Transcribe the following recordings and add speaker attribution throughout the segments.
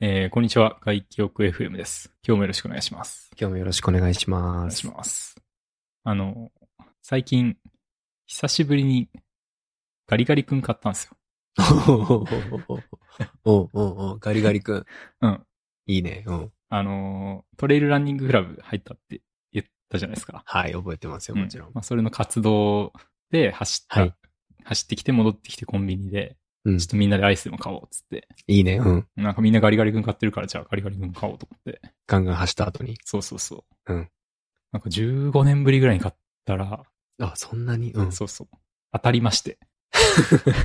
Speaker 1: えー、こんにちは。外記憶 FM です。今日もよろしくお願いします。
Speaker 2: 今日もよろしくお願いし
Speaker 1: お願
Speaker 2: ま
Speaker 1: いし
Speaker 2: す。
Speaker 1: ます。あの、最近、久しぶりにガリガリ君買ったんですよ。
Speaker 2: おうおうおうガリガリ君。
Speaker 1: うん。
Speaker 2: いいね。うん。
Speaker 1: あのー、トレイルランニングクラブ入ったって言ったじゃないですか。
Speaker 2: はい、覚えてますよ、もちろ。
Speaker 1: うんまあ、それの活動で走った、
Speaker 2: はい
Speaker 1: 走ってきて戻ってきてコンビニで、
Speaker 2: うん
Speaker 1: ちょっ。とみんなでアイスでも買おうっつって。
Speaker 2: いいね。うん。
Speaker 1: なんかみんなガリガリ君買ってるから、じゃあガリガリ君買おうと思って。
Speaker 2: ガンガン走った後に。
Speaker 1: そうそうそう。
Speaker 2: うん。
Speaker 1: なんか15年ぶりぐらいに買ったら、
Speaker 2: あ、そんなにうん。
Speaker 1: そうそう。当たりまして。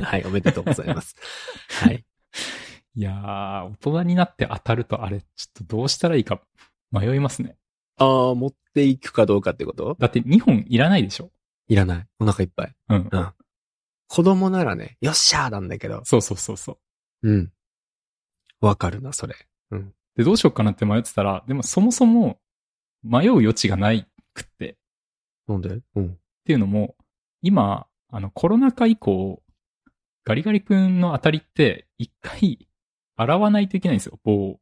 Speaker 2: はい、おめでとうございます。はい。
Speaker 1: いやー、大人になって当たるとあれ、ちょっとどうしたらいいか迷いますね。
Speaker 2: ああ、持っていくかどうかってこと
Speaker 1: だって2本いらないでしょ
Speaker 2: いらない。お腹いっぱい。
Speaker 1: うん。
Speaker 2: 子供ならね、よっしゃーなんだけど。
Speaker 1: そうそうそうそう。
Speaker 2: うん。わかるな、それ。
Speaker 1: で、どうしようかなって迷ってたら、でもそもそも迷う余地がないくって。っ
Speaker 2: なんでうん。
Speaker 1: ていうのも、今、あの、コロナ禍以降、ガリガリ君の当たりって、一回、洗わないといけないんですよ、棒を。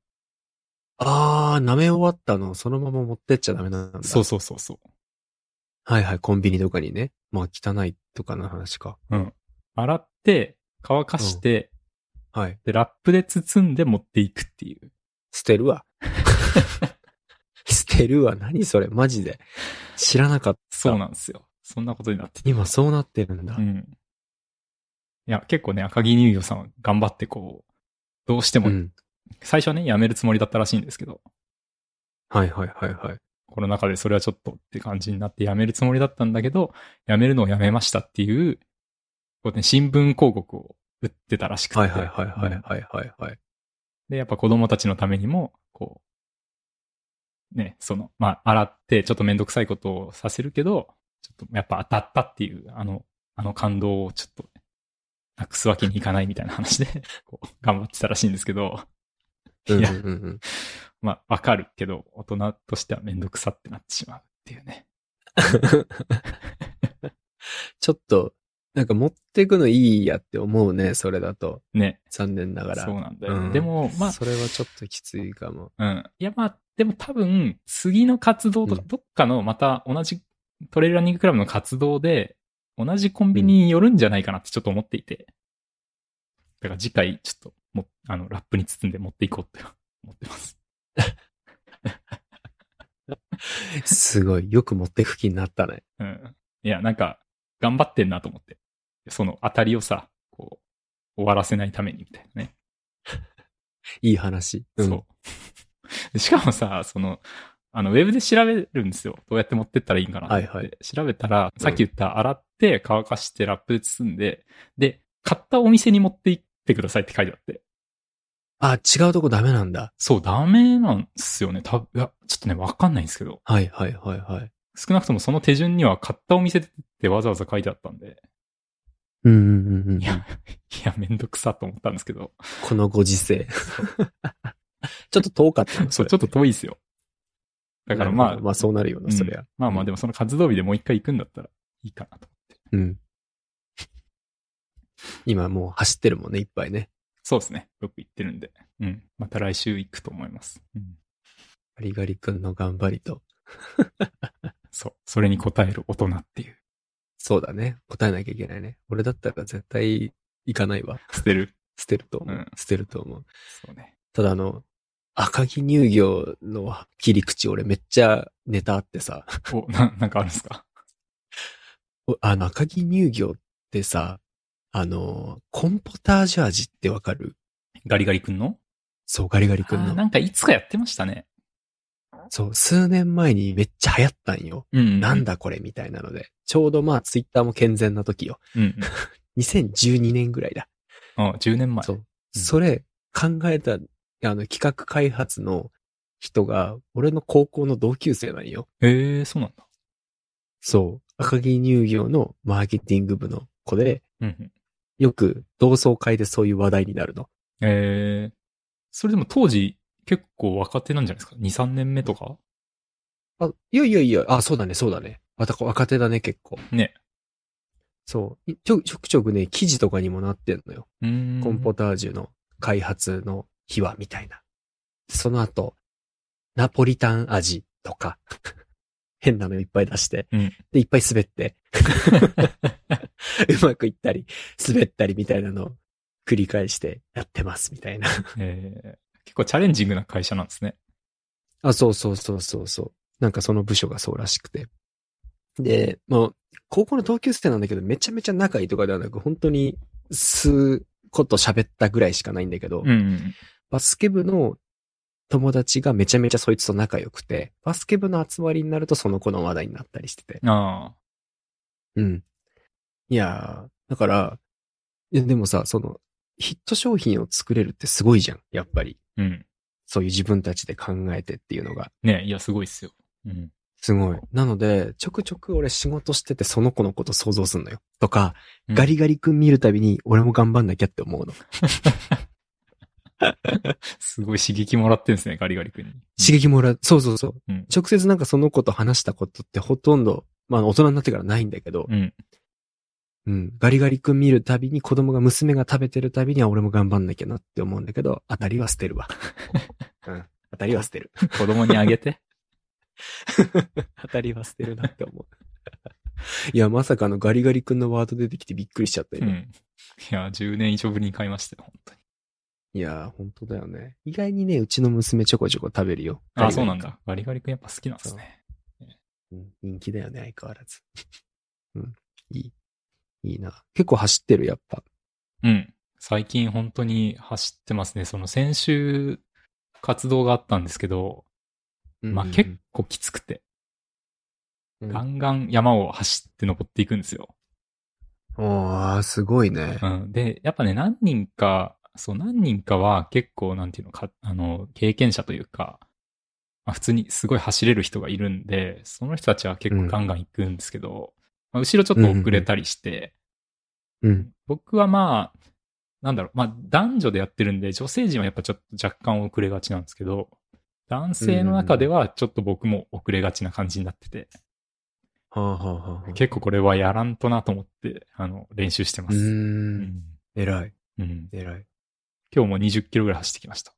Speaker 2: ああ、舐め終わったのをそのまま持ってっちゃダメなんだ。
Speaker 1: そうそうそうそう。
Speaker 2: はいはい、コンビニとかにね。まあ、汚いとかの話か。
Speaker 1: 洗って、乾かして、
Speaker 2: はい。
Speaker 1: で、ラップで包んで持っていくっていう。
Speaker 2: 捨てるわ。 捨てるわ。何それマジで。知らなかった。
Speaker 1: そうなんですよ。そんなことになってて
Speaker 2: 今そうなってるんだ。
Speaker 1: うん。いや、結構ね、赤木乳業さんは頑張ってこう、どうしても、
Speaker 2: うん
Speaker 1: 最初はね、やめるつもりだったらしいんですけど、
Speaker 2: はいはいはいはい。
Speaker 1: コロナ禍でそれはちょっとって感じになってやめるつもりだったんだけど、やめるのをやめましたっていう、こうね、新聞広告を打ってたらしくて。
Speaker 2: はいはいはいはいはいはいはい。
Speaker 1: で、やっぱ子供たちのためにも、こう、ね、その、まあ、洗って、ちょっとめんどくさいことをさせるけど、ちょっとやっぱ当たったっていう、あの、あの感動をちょっと、なくすわけにいかないみたいな話で、 こう、頑張ってたらしいんですけど、
Speaker 2: うん
Speaker 1: いや
Speaker 2: うんうんうん。
Speaker 1: まあ、わかるけど、大人としてはめんどくさってなってしまうっていうね。
Speaker 2: ちょっと、なんか持ってくのいいやって思うね、それだと。
Speaker 1: ね。
Speaker 2: 残念ながら。
Speaker 1: そうなんだよね、
Speaker 2: うん
Speaker 1: でも、まあ、
Speaker 2: それはちょっときついかも。
Speaker 1: うん。いや、まあ、でも多分、次の活動とか、
Speaker 2: うん
Speaker 1: どっかのまた同じトレーラーニングクラブの活動で、同じコンビニに寄るんじゃないかなってちょっと思っていて。だから次回、ちょっと、も、あの、ラップに包んで持っていこうって 思ってます。
Speaker 2: すごい。よく持ってく気になったね。
Speaker 1: うん。いや、なんか、頑張ってんなと思って。その当たりをさ、こう、終わらせないためにみたいなね。
Speaker 2: いい話。ん
Speaker 1: そう。しかもさ、その、あの、ウェブで調べるんですよ。どうやって持ってったらいいんかなって。
Speaker 2: はいはい
Speaker 1: 調べたら、さっき言った、洗って、乾かして、ラップで包んで、で、買ったお店に持って行ってくださいって書いてあって。
Speaker 2: あ、違うとこダメなんだ。
Speaker 1: そう、ダメなんですよね。たぶん、いや、ちょっとね、わかんないんですけど。
Speaker 2: はいはいはいはい。
Speaker 1: 少なくともその手順には買ったお店ってわざわざ書いてあったんで。
Speaker 2: うんうんうんうん。
Speaker 1: いや、いや、めんどくさと思ったんですけど。
Speaker 2: このご時世。 ちょっと遠かったの
Speaker 1: そう、
Speaker 2: れ
Speaker 1: ちょっと遠いですよ。だからまあ
Speaker 2: なるほど、まあそうなるよ
Speaker 1: う
Speaker 2: な、
Speaker 1: ん
Speaker 2: そりゃ。
Speaker 1: まあまあ、でもその活動日でもう一回行くんだったらいいかなと。
Speaker 2: うん。今もう走ってるもんね、いっぱいね。
Speaker 1: そうですね。よく行ってるんで。うん。また来週行くと思います。うん。
Speaker 2: ガリガリ君の頑張りと。
Speaker 1: そう。それに応える大人って いう。
Speaker 2: そうだね。答えなきゃいけないね。俺だったら絶対行かないわ。
Speaker 1: 捨てる。
Speaker 2: 捨てると思う。
Speaker 1: うん
Speaker 2: 捨てると思う。
Speaker 1: そうね。
Speaker 2: ただあの、赤木乳業の切り口俺めっちゃネタあってさ。
Speaker 1: お、な、 なんかあるんですか
Speaker 2: おあの、赤木乳業ってさ、あの、コンポタージュ味ってわかる
Speaker 1: ガリガリ君の
Speaker 2: そう、ガリガリ君
Speaker 1: あー
Speaker 2: の
Speaker 1: な。んかいつかやってましたね。
Speaker 2: そう、数年前にめっちゃ流行ったんよ。
Speaker 1: うん
Speaker 2: なん
Speaker 1: だ
Speaker 2: だこれみたいなので。ちょうどまあ、ツイッターも健全な時よ。
Speaker 1: うんうん。
Speaker 2: 2012年ぐらいだ。
Speaker 1: あ10年前。
Speaker 2: そう。それ、考えた、あの、企画開発の人が、俺の高校の同級生なんよ。
Speaker 1: へえー、そうなんだ。
Speaker 2: そう。赤木乳業のマーケティング部の子で、
Speaker 1: うんうん。
Speaker 2: よく同窓会でそういう話題になるの。
Speaker 1: えー、それでも当時結構若手なんじゃないですか ?2、3年目とか
Speaker 2: あ、いやいやいや、あ、そうだね、そうだね。またこう若手だね、結構。
Speaker 1: ね。
Speaker 2: そう。いちょ、ちょくちょくね、記事とかにもなってんのよ。
Speaker 1: うーん。
Speaker 2: コンポタージュの開発の秘話みたいな。その後、ナポリタン味とか、 変なのいっぱい出して、
Speaker 1: うん
Speaker 2: で、いっぱい滑って、 うまくいったり、滑ったりみたいなのを繰り返してやってますみたいな。
Speaker 1: えー結構チャレンジングな会社なんですね。
Speaker 2: あ、そうそうそうそうそう。なんかその部署がそうらしくて。で、まあ、高校の同級生なんだけど、めちゃめちゃ仲いいとかではなく、本当に数こと喋ったぐらいしかないんだけ
Speaker 1: う
Speaker 2: ど、
Speaker 1: んうん
Speaker 2: バスケ部の友達がめちゃめちゃそいつと仲良くて、バスケ部の集まりになるとその子の話題になったりしてて。
Speaker 1: うん。あ
Speaker 2: うん。いやー、だから、いやでもさ、その、ヒット商品を作れるってすごいじゃん、やっぱり。
Speaker 1: あ。うん。
Speaker 2: そういう自分たちで考えてっていうのが。
Speaker 1: ねいや、すごいっすよ。うん。
Speaker 2: すごい。なので、ちょくちょく俺仕事しててその子のこと想像すんのよ。とか、
Speaker 1: うん
Speaker 2: ガリガリ君見るたびに俺も頑張んなきゃって思うの。
Speaker 1: すごい刺激もらってんですね、ガリガリ君に。
Speaker 2: 刺激もらう。そうそうそう。
Speaker 1: うん
Speaker 2: 直接なんかその子と話したことってほとんど、まあ大人になってからないんだけど、
Speaker 1: うん。
Speaker 2: うん。ガリガリ君見るたびに子供が娘が食べてるたびには俺も頑張んなきゃなって思うんだけど、当たりは捨てる わ。うん。当たりは捨てる。
Speaker 1: 子供にあげて。
Speaker 2: 当たりは捨てるなって思う。 いや、まさかのガリガリ君のワード出てきてびっくりしちゃった
Speaker 1: う
Speaker 2: 今。
Speaker 1: ん。いや、10年以上ぶりに買いましたよ、本当に。
Speaker 2: いやー、本当だよね。意外にね、うちの娘ちょこちょこ食べるよ。
Speaker 1: あ、そうなん
Speaker 2: ガリガリ
Speaker 1: だ。ガリガリ君やっぱ好きなんですね。
Speaker 2: 君。うん人気だよね、相変わらず。 うん、いい。いいな。結構走ってる、やっぱ。
Speaker 1: うん。最近本当に走ってますね。その先週活動があったんですけど、まあ結構きつくて、
Speaker 2: 構
Speaker 1: ガンガン山を走って登っていくんですよ。
Speaker 2: ああ、すごいね。
Speaker 1: うん。で、やっぱね、何人か、そう、何人かは結構、なんていうのか、あの、経験者というか、まあ、普通にすごい走れる人がいるんで、その人たちは結
Speaker 2: うん
Speaker 1: 構ガンガン行くんですけど、まあ、後ろちょっと遅れたりして、
Speaker 2: うん。
Speaker 1: 僕はまあ、なんだろう、まあ男女でやってるんで、女性陣はやっぱちょっと若干遅れがちなんですけど、男性の中ではちょっと僕も遅れがちな感じになってて、
Speaker 2: はあ、はあはあ、
Speaker 1: 結構これはやらんとなと思って、あの、練習してま
Speaker 2: う
Speaker 1: す。う
Speaker 2: ー。
Speaker 1: んん
Speaker 2: 偉い、
Speaker 1: うん
Speaker 2: 偉い。
Speaker 1: 今日も20キロぐらい走ってきました。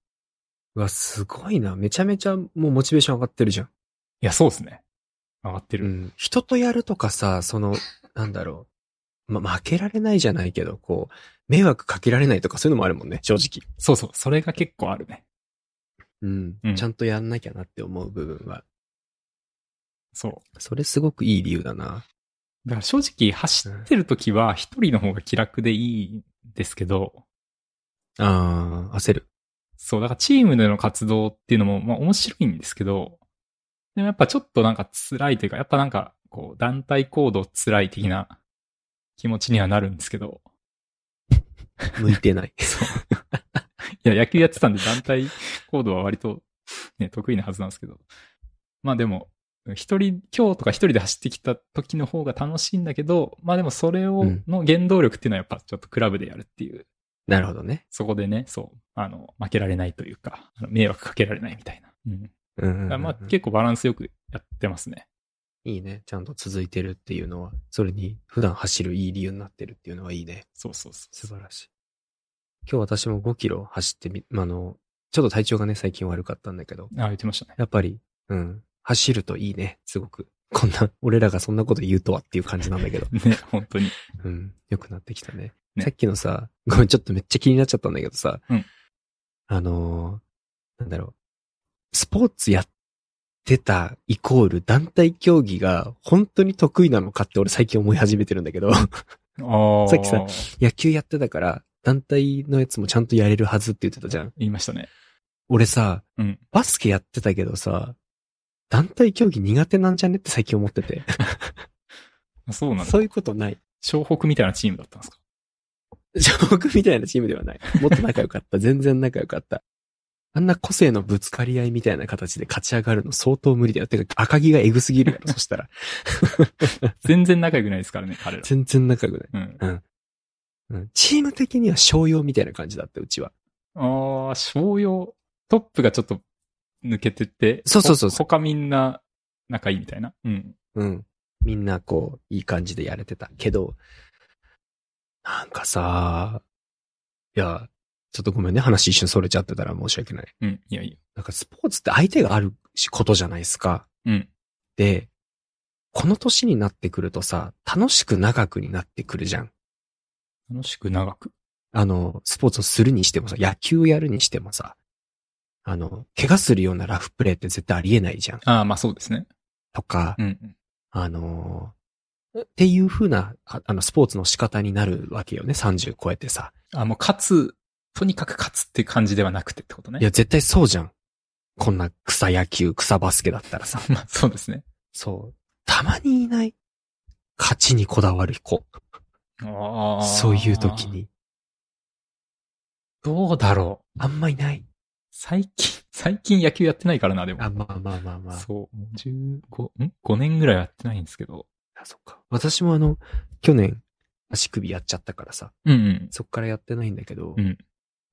Speaker 2: うわ、すごいな。めちゃめちゃもうモチベーション上がってるじゃん。
Speaker 1: いや、そうですね。上がって
Speaker 2: う
Speaker 1: る。
Speaker 2: ん。人とやるとかさ、その、なんだろう。ま、負けられないじゃないけど、こう、迷惑かけられないとかそういうのもあるもんね、正直。
Speaker 1: そうそう、それが結構あるね。
Speaker 2: うん
Speaker 1: うん
Speaker 2: ちゃんとやんなきゃなって思う部分は。
Speaker 1: そう。
Speaker 2: それすごくいい理由だな。
Speaker 1: だから正直、走ってる時は一人の方が気楽でいいんですけど、
Speaker 2: ああ、焦る。
Speaker 1: そう、だからチームでの活動っていうのも、まあ面白いんですけど、でもやっぱちょっとなんか辛いというか、やっぱなんか、こう、団体行動辛い的な気持ちにはなるんですけど、
Speaker 2: 向いて ない。
Speaker 1: いや、野球やってたんで団体行動は割とね、得意なはずなんですけど、まあでも、一人、今日とか一人で走ってきた時の方が楽しいんだけど、まあでもそれを
Speaker 2: うん、
Speaker 1: の原動力っていうのはやっぱちょっとクラブでやるっていう、
Speaker 2: なるほどね。
Speaker 1: そこでね、そう、あの、負けられないというか、あの迷惑かけられないみたいな。うん。
Speaker 2: うんうんうんうん、
Speaker 1: まあ結構バランスよくやってますね。
Speaker 2: いいね。ちゃんと続いてるっていうのは、それに普段走るいい理由になってるっていうのはいいね。
Speaker 1: そうそうそう。
Speaker 2: 素晴らしい。今日私も5キロ走ってみ、まああの、ちょっと体調がね、最近悪かったんだけど、
Speaker 1: あ、言ってましたね。
Speaker 2: やっぱり、うん、走るといいね。すごく。こんな、俺らがそんなこと言うとはっていう感じなんだけど。
Speaker 1: ね、本当に。
Speaker 2: うん。良くなってきたね。
Speaker 1: ね
Speaker 2: さっきのさ、ごめん、ちょっとめっちゃ気になっちゃったんだけどさ、
Speaker 1: うん
Speaker 2: あのーなんだろう。スポーツやってたイコール団体競技が本当に得意なのかって俺最近思い始めてるんだけど、
Speaker 1: ああ。
Speaker 2: さっきさ 野球やってたから団体のやつもちゃんとやれるはずって言ってたじゃん。
Speaker 1: 言いましたね。
Speaker 2: 俺さ、
Speaker 1: うん
Speaker 2: バスケやってたけどさ、団体競技苦手なんじゃねって最近思っ てて。
Speaker 1: そうなんだ。
Speaker 2: そういうことない。
Speaker 1: 湘北みたいなチームだったんですか
Speaker 2: 僕みたいなチームではない。もっと仲良かった。 全然仲良かった。あんな個性のぶつかり合いみたいな形で勝ち上がるの相当無理だよ。てか、赤木がエグすぎるやろ、そしたら。
Speaker 1: 全然仲良くないですから ね、彼ら。
Speaker 2: 全然仲良くない。
Speaker 1: うん。
Speaker 2: うん、チーム的には商用みたいな感じだった、うちは。
Speaker 1: ああ、商用。トップがちょっと抜けてて。
Speaker 2: そうそうそう
Speaker 1: ほ他みんな仲いいみたいな。うん。
Speaker 2: うん。みんなこう、いい感じでやれてたけど、なんかさ、いや、ちょっとごめんね、話一瞬それちゃってたら申し訳ない。
Speaker 1: うん。いやいや。
Speaker 2: なんかスポーツって相手があることじゃないですか。
Speaker 1: うん。
Speaker 2: で、この年になってくるとさ、楽しく長くになってくるじゃん。
Speaker 1: 楽しく長く。
Speaker 2: あの、スポーツをするにしてもさ、野球やるにしてもさ、あの、怪我するようなラフプレーって絶対ありえないじゃん。
Speaker 1: ああ、まあそうですね。
Speaker 2: とか、
Speaker 1: うん。
Speaker 2: あのーっていう風な、ああの、スポーツの仕方になるわけよね、30超えてさ。
Speaker 1: あもう勝つ、とにかく勝つって感じではなくてってことね。
Speaker 2: いや、絶対そうじゃん。こんな草野球、草バスケだったらさ。
Speaker 1: まあそうですね。
Speaker 2: そう。たまにいない。勝ちにこだわる子。
Speaker 1: ああ。
Speaker 2: そういう時。に。
Speaker 1: どうだろう。
Speaker 2: あんまいない。
Speaker 1: 最近、 最近野球やってないからな、でも。
Speaker 2: あ、まあまあまあまあ。
Speaker 1: そう、もう15、ん ?5 年ぐらいやってないんですけど。
Speaker 2: あそっか。私もあの、去年、足首やっちゃったからさ。
Speaker 1: うんうん。
Speaker 2: そっからやってないんだけど、
Speaker 1: うん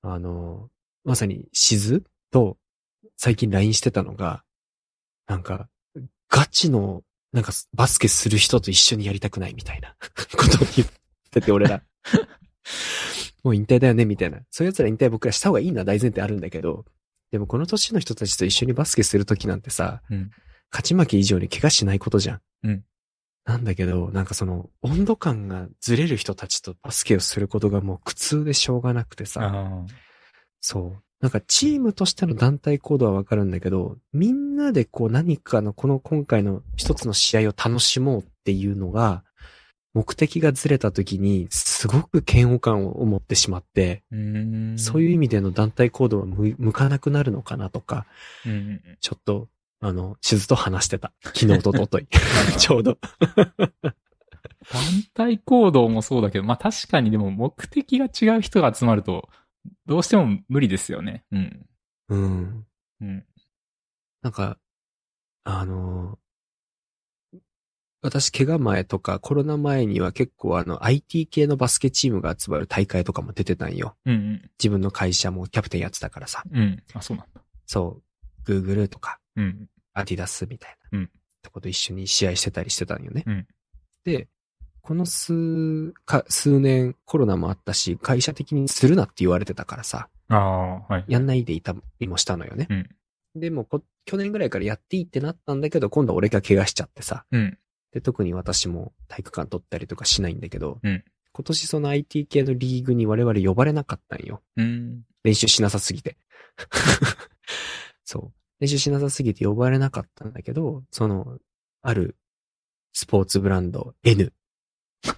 Speaker 2: あの、まさにしずと最近 LINE してたのが、なんか、ガチの、なんかバスケする人と一緒にやりたくないみたいな ことを言って て、俺ら。もう引退だよね、みたいな。そういう奴ら引退僕らした方がいいのは大前提あるんだけど、でもこの年の人たちと一緒にバスケするときなんてさ、
Speaker 1: うん
Speaker 2: 勝ち負け以上に怪我しないことじゃん。なんだけど、なんかその、温度感がずれる人たちとバスケをすることがもう苦痛でしょうがなくてさ、
Speaker 1: ああ。
Speaker 2: そう。なんかチームとしての団体行動はわかるんだけど、みんなでこう何かのこの今回の一つの試合を楽しもうっていうのが、目的がずれた時にすごく嫌悪感を持ってしまって、
Speaker 1: うーん。
Speaker 2: そういう意味での団体行動は向向かなくなるのかなとか、
Speaker 1: うんうんうん。
Speaker 2: ちょっと、あの、しずと 話してた。昨日とととい。ちょうど。
Speaker 1: 団体行動もそうだけど、まあ確かにでも目的が違う人が集まると、どうしても無理ですよね。うん。
Speaker 2: うん。
Speaker 1: うん。
Speaker 2: なんか、あのー私、怪我前とかコロナ前には結構あの IT 系のバスケチームが集まる大会とかも出てたんよ。
Speaker 1: うん
Speaker 2: 自分の会社もキャプテンやってたからさ。
Speaker 1: うん。うん。あ、そうなんだ。
Speaker 2: そう、Google とか
Speaker 1: うん。
Speaker 2: アディダスみたいな。
Speaker 1: うん
Speaker 2: とこと一緒に試合してたりしてたんよね。
Speaker 1: うん
Speaker 2: で、この数か、数年コロナもあったし、会社的にするなって言われてたからさ。
Speaker 1: ああ、はい。
Speaker 2: やんないでいたりもしたのよね。
Speaker 1: うん
Speaker 2: でもこ、去年ぐらいからやっていいってなったんだけど、今度は俺が怪我しちゃってさ。
Speaker 1: うん。
Speaker 2: で、特に私も体育館取ったりとかしないんだけど、
Speaker 1: うん
Speaker 2: 今年その IT 系のリーグに我々呼ばれなかったんよ。
Speaker 1: うん。
Speaker 2: 練習しなさすぎて。 そう。練習しなさすぎて呼ばれなかったんだけど、その、あるスポーツブランド N。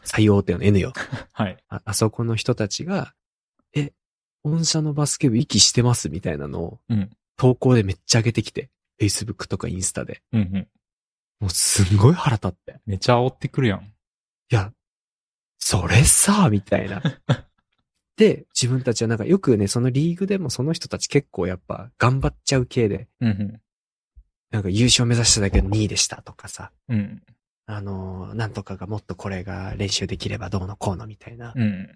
Speaker 2: 最大手の N よ。
Speaker 1: はい。
Speaker 2: ああそこの人たちが、え、御社のバスケ部息してますみたいなのを、
Speaker 1: うん
Speaker 2: 投稿でめっちゃ上げてきて、Facebook とかインスタで。
Speaker 1: うんうん。
Speaker 2: もうすんごい腹立って。
Speaker 1: めちゃ煽ってくるやん。
Speaker 2: いや、それさ、みたい な。で、自分たちはなんかよくね、そのリーグでもその人たち結構やっぱ頑張っちゃう系で、
Speaker 1: うん
Speaker 2: なんか優勝目指しただけど2位でしたとかさ、
Speaker 1: うん。うん。
Speaker 2: あのーなんとかがもっとこれが練習できればどうのこうのみたいな。
Speaker 1: うん。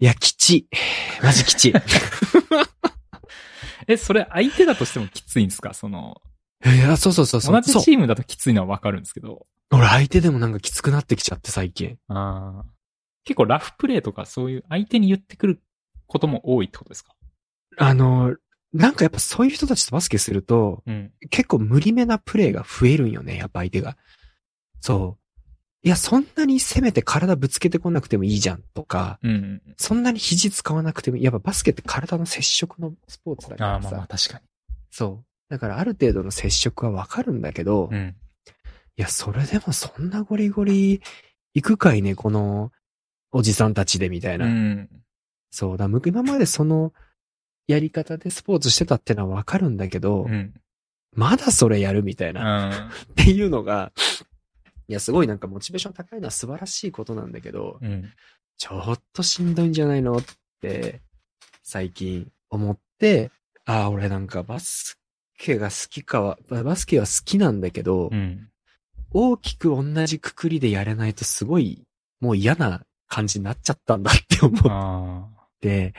Speaker 2: いや、きちい。マジき ちい。
Speaker 1: え、それ相手だとしてもきついんですかその、
Speaker 2: いや、そうそうそうそう。
Speaker 1: 同じ
Speaker 2: そう
Speaker 1: チームだときついのはわかるんですけど。
Speaker 2: 俺相手でもなんかきつくなってきちゃって最近。
Speaker 1: ああ。結構ラフプレーとかそういう相手に言ってくることも多いってことですか
Speaker 2: あの、なんかやっぱそういう人たちとバスケすると、
Speaker 1: うん。
Speaker 2: 結構無理めなプレーが増えるんよね、やっぱ相手が。そう。いや、そんなにせめて体ぶつけてこなくてもいいじゃんとか、
Speaker 1: うんうんうん。
Speaker 2: そんなに肘使わなくてもいい。やっぱバスケって体の接触のスポーツだか
Speaker 1: ああ、
Speaker 2: ら
Speaker 1: まあまあ
Speaker 2: さ。
Speaker 1: 確か
Speaker 2: そう。だからある程度の接触はわかるんだけど、
Speaker 1: に。うん。
Speaker 2: いや、それでもそんなゴリゴリ行くかいね、このおじさんたちでみたいな。
Speaker 1: うん。
Speaker 2: そうだ、む今までそのやり方でスポーツしてたってのはわかるんだけど、
Speaker 1: うん。
Speaker 2: まだそれやるみたいな、
Speaker 1: あー
Speaker 2: っていうのが、いや、すごいなんかモチベーション高いのは素晴らしいことなんだけど、
Speaker 1: うん。
Speaker 2: ちょっとしんどいんじゃないのって、最近思って、ああ、俺なんかバスケが好きかは、ババスケは好きなんだけど、
Speaker 1: うん。
Speaker 2: 大きく同じくくりでやれないとすごい、もう嫌な感じになっちゃったんだって思っ
Speaker 1: ああ、
Speaker 2: て、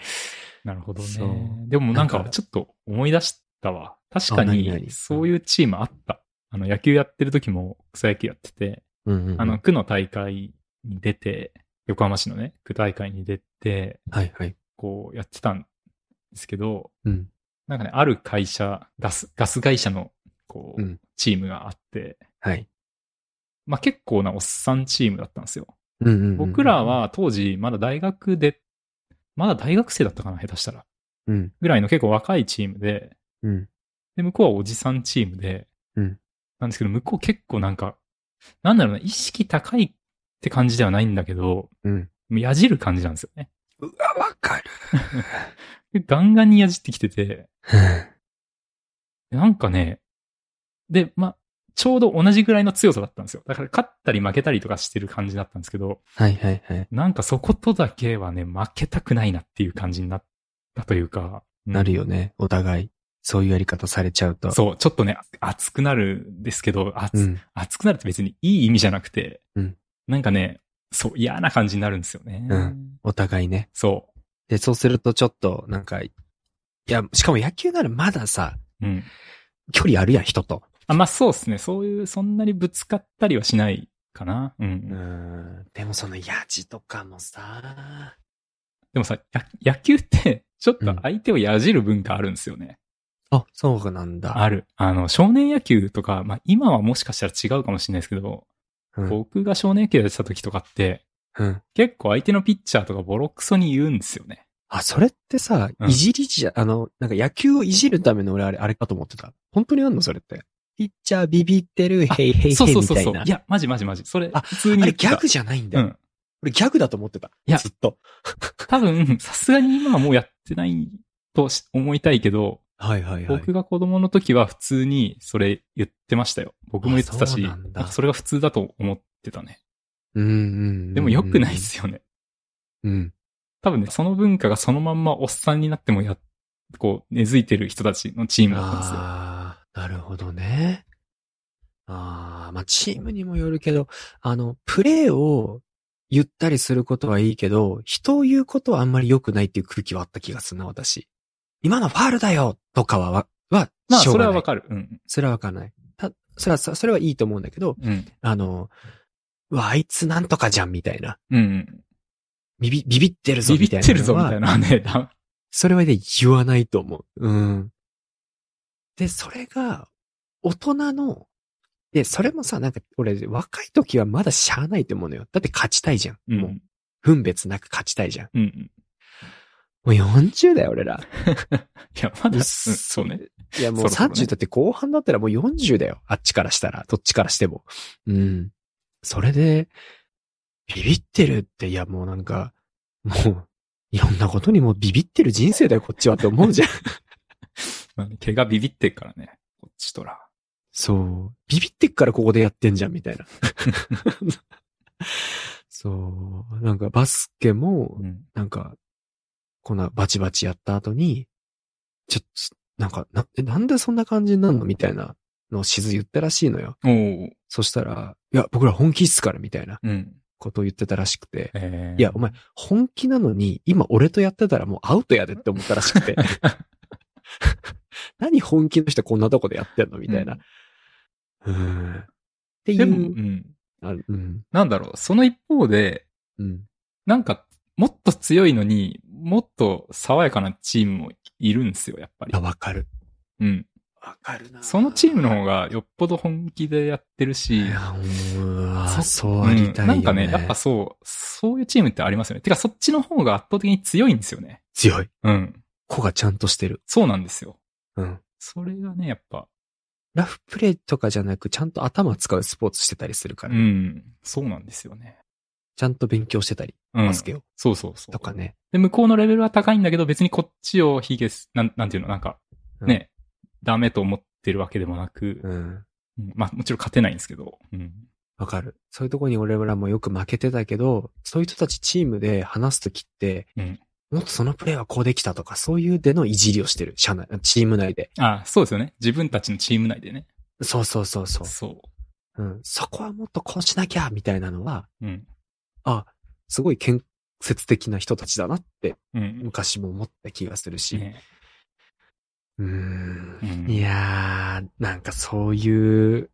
Speaker 1: なるほど
Speaker 2: そう
Speaker 1: ね。でもなん
Speaker 2: なん
Speaker 1: か
Speaker 2: か
Speaker 1: ちょっと思い出したわ。確か
Speaker 2: あ何
Speaker 1: に
Speaker 2: 々
Speaker 1: そういうチームあった。あの野球やってる時も草野球やってて、
Speaker 2: うんうんうん
Speaker 1: あの、区の大会に出て、横浜市のね、区大会に出て、
Speaker 2: はいはい。
Speaker 1: こうやってたんですけど、
Speaker 2: うん
Speaker 1: なんかね、ある会社、ガス、ガス会社の、こう、
Speaker 2: うん
Speaker 1: チームがあって、
Speaker 2: はい。
Speaker 1: まあ結構なおっさんチームだったんですよ。
Speaker 2: うんうんうん
Speaker 1: 僕ら、は当時、まだ大学で、まだ大学生だったかな、下手したら。
Speaker 2: うん、
Speaker 1: ぐらいの結構若いチームで、
Speaker 2: うん、
Speaker 1: で、向こうはおじさんチームで、
Speaker 2: うん
Speaker 1: なんですけど、向こう結構なんか、なんだろうな、意識高いって感じではないんだけど、
Speaker 2: うん。
Speaker 1: やじる感じなんですよね。
Speaker 2: うわ、わかる。
Speaker 1: でガンガンにやじってきてて、なんかね、で、ま、ちょうど同じぐらいの強さだったんですよ。だから勝ったり負けたりとかしてる感じだったんですけど、
Speaker 2: はいはいはい。
Speaker 1: なんかそことだけはね、負けたくないなっていう感じになったというか。うん
Speaker 2: なるよね。お互い。そういうやり方されちゃうと。
Speaker 1: そう、ちょっとね、熱くなるんですけど、熱、
Speaker 2: うん。
Speaker 1: 熱くなるって別にいい意味じゃなくて、
Speaker 2: うん
Speaker 1: なんかね、そう、嫌な感じになるんですよね。
Speaker 2: うんお互いね。
Speaker 1: そ
Speaker 2: で、そうするとちょっと、なんか、いや、しかも野球ならまださ、
Speaker 1: う。うん。
Speaker 2: 距離あるやん、人と。
Speaker 1: あ、まあそうですね。そういう、そんなにぶつかったりはしないかな。うん。
Speaker 2: ん。でもその、やじとかもさ、
Speaker 1: でもさ、や野球って、 ちょっ
Speaker 2: う
Speaker 1: と
Speaker 2: ん
Speaker 1: 相手をやじる文化あるんですよね。
Speaker 2: あ、そうなんだ。
Speaker 1: ある。あの、少年野球とか、まあ今はもしかしたら違うかもしれないですけど、
Speaker 2: うん。
Speaker 1: 僕が少年野球やってた時とかって、
Speaker 2: うん。に
Speaker 1: 結構相手のピッチャーとかボロクソに言うんですよね。
Speaker 2: あ、それってさ
Speaker 1: う、ん
Speaker 2: いじりじゃ、あの、なんか野球をいじるための俺あれ、あれかと思ってた。本当にあんのそれって。ピッチャービビってる、
Speaker 1: あ
Speaker 2: へいへいへいみたいな。
Speaker 1: そうそうそうそう。いや、マジマジマジ。それ、
Speaker 2: あ
Speaker 1: 普通に
Speaker 2: あ
Speaker 1: 言
Speaker 2: れ
Speaker 1: っ
Speaker 2: ギ
Speaker 1: てた。
Speaker 2: ャグじゃないんだ
Speaker 1: う
Speaker 2: よ。
Speaker 1: ん。
Speaker 2: 俺ギャグだと思ってた。
Speaker 1: いや
Speaker 2: ずっと。
Speaker 1: 多分、さすがに今はもうやってないとし思いたいけど、
Speaker 2: はいはいはい。
Speaker 1: 僕が子供の時は普通にそれ言ってましたよ。僕も言ってた
Speaker 2: あ
Speaker 1: し、
Speaker 2: そう
Speaker 1: な
Speaker 2: なん
Speaker 1: ん
Speaker 2: だ
Speaker 1: かそれが普通だと思ってたね。
Speaker 2: うんうんうん。
Speaker 1: でも良くないですよね。
Speaker 2: うん。
Speaker 1: 多分ね、その文化がそのまんまおっさんになってもや、こう、根付いてる人たちのチームだったんですよ。
Speaker 2: ああ、なるほどね。ああ、まあチームにもよるけど、あの、プレーを言ったりすることはいいけど、人を言うことはあんまり良くないっていう空気はあった気がするな、私。今のファールだよとかは、は、は
Speaker 1: まあ、
Speaker 2: しょう
Speaker 1: それ
Speaker 2: が
Speaker 1: は
Speaker 2: ない。
Speaker 1: わかる。うん。
Speaker 2: それはわかんない。た、それは、そそれはいいと思うんだけど、
Speaker 1: うん。
Speaker 2: あの、うわ、あいつなんとかじゃん、みたいな。
Speaker 1: うん。
Speaker 2: ビビ、ビビってるぞ、
Speaker 1: ビビ
Speaker 2: みたい
Speaker 1: っ
Speaker 2: なのは。
Speaker 1: てるぞ、みたいなね。だ
Speaker 2: それはね、言わないと思う。うん。で、それが、大人の、で、それもさ、なんか、俺、若い時はまだしゃあないと思うのよ。だって勝ちたいじゃん。
Speaker 1: う。、
Speaker 2: もうん分別なく勝ちたいじゃん。
Speaker 1: うん。うん
Speaker 2: もう40だよ、俺 ら。
Speaker 1: いや、まだ、
Speaker 2: う
Speaker 1: う
Speaker 2: っ
Speaker 1: んそうね。
Speaker 2: いや、もう
Speaker 1: そろそろね
Speaker 2: 30だって後半だったらもう40だよ。あっちからしたら、どっちからしても。うん。それで、ビビってるって、いや、もうなんか、もう、いろんなことにもうビビってる人生だよ、こっちはって思うじゃん。
Speaker 1: まあね毛がビビってっからね。こっちとら。
Speaker 2: そう。ビビってっからここでやってんじゃん、みたいな。そう。なんかバスケも
Speaker 1: う、ん。
Speaker 2: なんか、こんなバチバチやった後に、ちょっと、なんか、な、えなんでそんな感じになるのみたいなのをしず言ったらしいのよ。
Speaker 1: おー
Speaker 2: そしたら、いや、僕ら本気っすから、みたいな
Speaker 1: うん。
Speaker 2: ことを言ってたらしくて。
Speaker 1: えー
Speaker 2: いや、お前、本気なのに、今俺とやってたらもうアウトやでって思ったらしくて。何本気の人こんなとこでやってんのみたいな。うん。ってい
Speaker 1: でも、う
Speaker 2: う。
Speaker 1: ん。
Speaker 2: あうん。
Speaker 1: なんだろう、その一方で、
Speaker 2: うん。
Speaker 1: なんか、もっと強いのに、もっと爽やかなチームもいるんですよ、やっぱり
Speaker 2: あ、。わかる。
Speaker 1: うん。
Speaker 2: わかるな
Speaker 1: そのチームの方がよっぽど本気でやってるし
Speaker 2: い、や、うわ
Speaker 1: そ
Speaker 2: そうありたいよ、ね
Speaker 1: うんなんかね、やっぱそう、そういうチームってありますよね。てか、そっちの方が圧倒的に強いんですよね。
Speaker 2: 強い。
Speaker 1: うん。
Speaker 2: 子がちゃんとしてる。
Speaker 1: そうなんですよ。
Speaker 2: うん。
Speaker 1: それがね、やっぱ、
Speaker 2: ラフプレーとかじゃなく、ちゃんと頭使うスポーツしてたりするか
Speaker 1: う
Speaker 2: ら。
Speaker 1: ん。そうなんですよね。
Speaker 2: ちゃんと勉強してたり、
Speaker 1: うん。
Speaker 2: バスケを。
Speaker 1: そうそうそう。
Speaker 2: とかね。
Speaker 1: で、向こうのレベルは高いんだけど、別にこっちを卑下す、なん、なんていうの、なんか、ね、ダメと思ってるわけでもなく、
Speaker 2: うん。
Speaker 1: うんまあ、もちろん勝てないんですけど、うん。
Speaker 2: わかる。そういうとこに俺らもよく負けてたけど、そういう人たちチームで話すときって、
Speaker 1: うん
Speaker 2: もっとそのプレーはこうできたとか、そういうでのいじりをしてる。社内、チーム内で。
Speaker 1: あそうですよね。自分たちのチーム内でね。
Speaker 2: そうそうそうそ。
Speaker 1: そう
Speaker 2: うん。そこはもっとこうしなきゃみたいなのは、
Speaker 1: う。うん。
Speaker 2: すごい建設的な人たちだなって
Speaker 1: うん。
Speaker 2: 昔も思った気がするし。
Speaker 1: ね
Speaker 2: うー。
Speaker 1: うんん
Speaker 2: いやー、なんかそういう、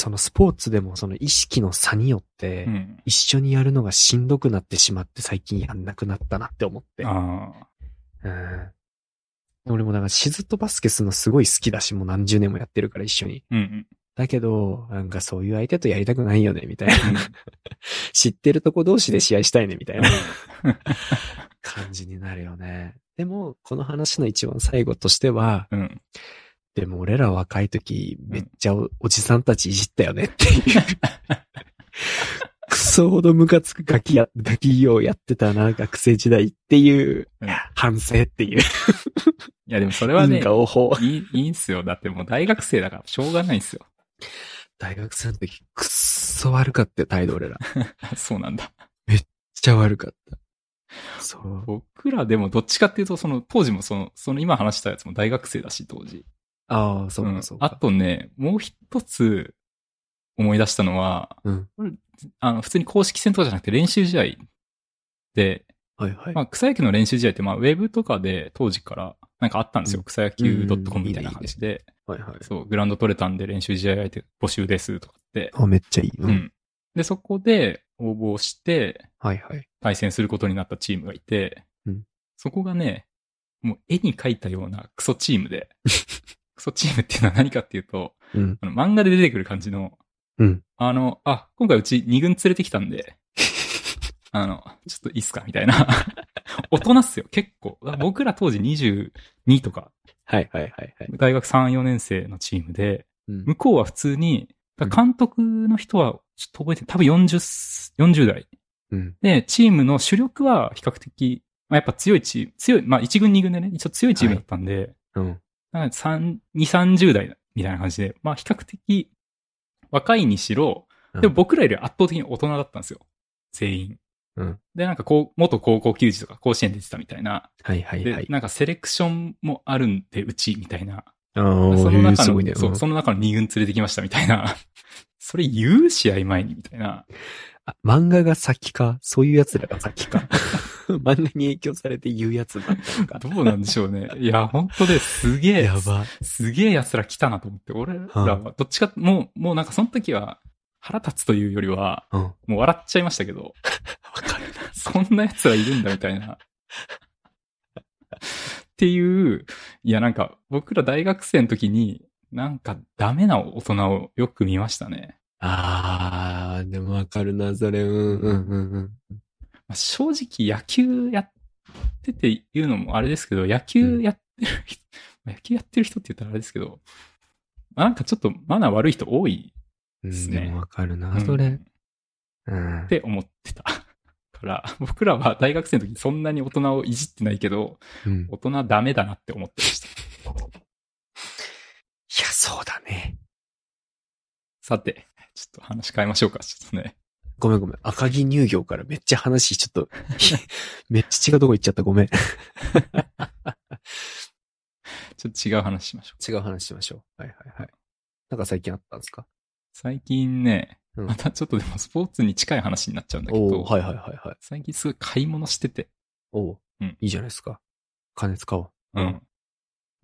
Speaker 2: そのスポーツでもその意識の差によって、
Speaker 1: うん。
Speaker 2: 一緒にやるのがしんどくなってしまって最近やんなくなったなって思って。
Speaker 1: ああ。
Speaker 2: うん。俺もだからシズとバスケするのすごい好きだし、もう何十年もやってるから一緒に。
Speaker 1: うんうん。
Speaker 2: だけど、なんかそういう相手とやりたくないよね、みたいな。知ってるとこ同士で試合したいね、みたいな感じになるよね。でも、この話の一番最後としては、
Speaker 1: うん。うん。
Speaker 2: でも俺ら若い時、めっちゃおおじさんたちいじったよねっていう。クソほどムカつくガキや、ガキをやってたな、学生時代っていう
Speaker 1: うん、
Speaker 2: 反省っていう。
Speaker 1: いやでもそれは
Speaker 2: なん
Speaker 1: ね、
Speaker 2: かおほ。
Speaker 1: いい、いいんすよ。だってもう大学生だから、しょうがないんすよ。
Speaker 2: 大学生の時、くっそ悪かったよ、態度俺ら。めっ
Speaker 1: そうなんだ。
Speaker 2: ちゃ悪かった。そう。
Speaker 1: 僕らでもどっちかっていうと、その当時もその、その今話したやつも大学生だし、当時。
Speaker 2: ああ、そう
Speaker 1: う
Speaker 2: か、
Speaker 1: ん
Speaker 2: そう
Speaker 1: あ
Speaker 2: か。
Speaker 1: とね、もう一つ思い出したのは、
Speaker 2: うん。
Speaker 1: あの、普通に公式戦とかじゃなくて練習試合で、
Speaker 2: はいはい。
Speaker 1: まあ、草野球の練習試合って、まあ、ウェブとかで当時からなんかあったんですよ。
Speaker 2: うん
Speaker 1: 草野球 .com みたいな感じで、
Speaker 2: はいはい。
Speaker 1: そう、グラウンド取れたんで練習試合相手募集ですとかって、
Speaker 2: あ、めっちゃいい。う
Speaker 1: うん。。で、そこで応募して
Speaker 2: はいはい。
Speaker 1: 対戦することになったチームがいて、
Speaker 2: うん
Speaker 1: そこがね、もう絵に描いたようなクソチーム で、クソチームっていうのは何かっていうと、
Speaker 2: うん。
Speaker 1: あの漫画で出てくる感じの、
Speaker 2: うん
Speaker 1: あの、あ、今回うち2軍連れてきたん で、あの、ちょっといいっすかみたいな。大人っすよ、結構。僕ら当時22とか、
Speaker 2: はいはいはいはい。
Speaker 1: 大学3、4年生のチームで、
Speaker 2: うん
Speaker 1: 向こうは普通に、監督の人は、ちょっと覚えてない多分40、40代。
Speaker 2: うん。
Speaker 1: で、チームの主力は比較的、まあ、やっぱ強いチーム、強い、まあ1軍2軍でね、一応強いチームだったんで、
Speaker 2: うん。
Speaker 1: なんか三2、30代みたいな感じで、まあ比較的若いにしろ、でも僕らより圧倒的に大人だったんですよ。全員。
Speaker 2: うん
Speaker 1: で、なんかこう、元高校球児とか甲子園出てたみたいな。
Speaker 2: はいはい
Speaker 1: で、
Speaker 2: はい。
Speaker 1: なんかセレクションもあるんで、うち、みたいな。
Speaker 2: ああ
Speaker 1: その
Speaker 2: えー
Speaker 1: 中
Speaker 2: す
Speaker 1: の、
Speaker 2: ごいね。
Speaker 1: そうう、
Speaker 2: ん
Speaker 1: その中の2軍連れてきましたみたいな。 それ言う試合前にみたいな。
Speaker 2: あ漫画が先か、そういうやつらが 先か。漫画に影響されて言うやつだったの か。
Speaker 1: どうなんでしょうね。いや、本当ですげえ、
Speaker 2: やば。
Speaker 1: すげえ奴ら来たなと思って、俺らはどっちか、もう、もうなんかその時は腹立つというよりは、
Speaker 2: うん。わ
Speaker 1: もう笑っちゃいましたけど、
Speaker 2: かる。
Speaker 1: そんな奴らいるんだみたいな。っていう、いやなんか僕ら大学生の時に、なんかダメな大人をよく見ましたね。
Speaker 2: ああ、でもわかるな、それ。うんうんうんうん。
Speaker 1: まあ正直野球やってて言うのもあれですけど、野球やってる人、 まあ野球やってる人って言ったらあれですけど、まあなんかちょっとマナー悪い人多い
Speaker 2: うん
Speaker 1: すね
Speaker 2: でもわかるな、それ。うん。
Speaker 1: って思ってた。 から、僕らは大学生の時そんなに大人をいじってないけど、
Speaker 2: うん
Speaker 1: 大人ダメだなって思ってました。
Speaker 2: いや、そうだね。
Speaker 1: さて、ちょっと話変えましょうか。ちょっとね。
Speaker 2: ごめんごめん。赤木乳業からめっちゃ話、ちょっ と、めっちゃ違うとこ行っちゃった。ごめん。
Speaker 1: ちょっと違う話しましょう。
Speaker 2: 違う話しましょう。はいはいはい。なんか最近あったんですか
Speaker 1: 最近ね、
Speaker 2: うん
Speaker 1: またちょっとでもスポーツに近い話になっちゃうんだけ
Speaker 2: お
Speaker 1: ど、
Speaker 2: おはいはいはいはい。
Speaker 1: 最近すごい買い物してて、
Speaker 2: おお、
Speaker 1: うん
Speaker 2: いいじゃないですか。金使おう。
Speaker 1: うん。やっ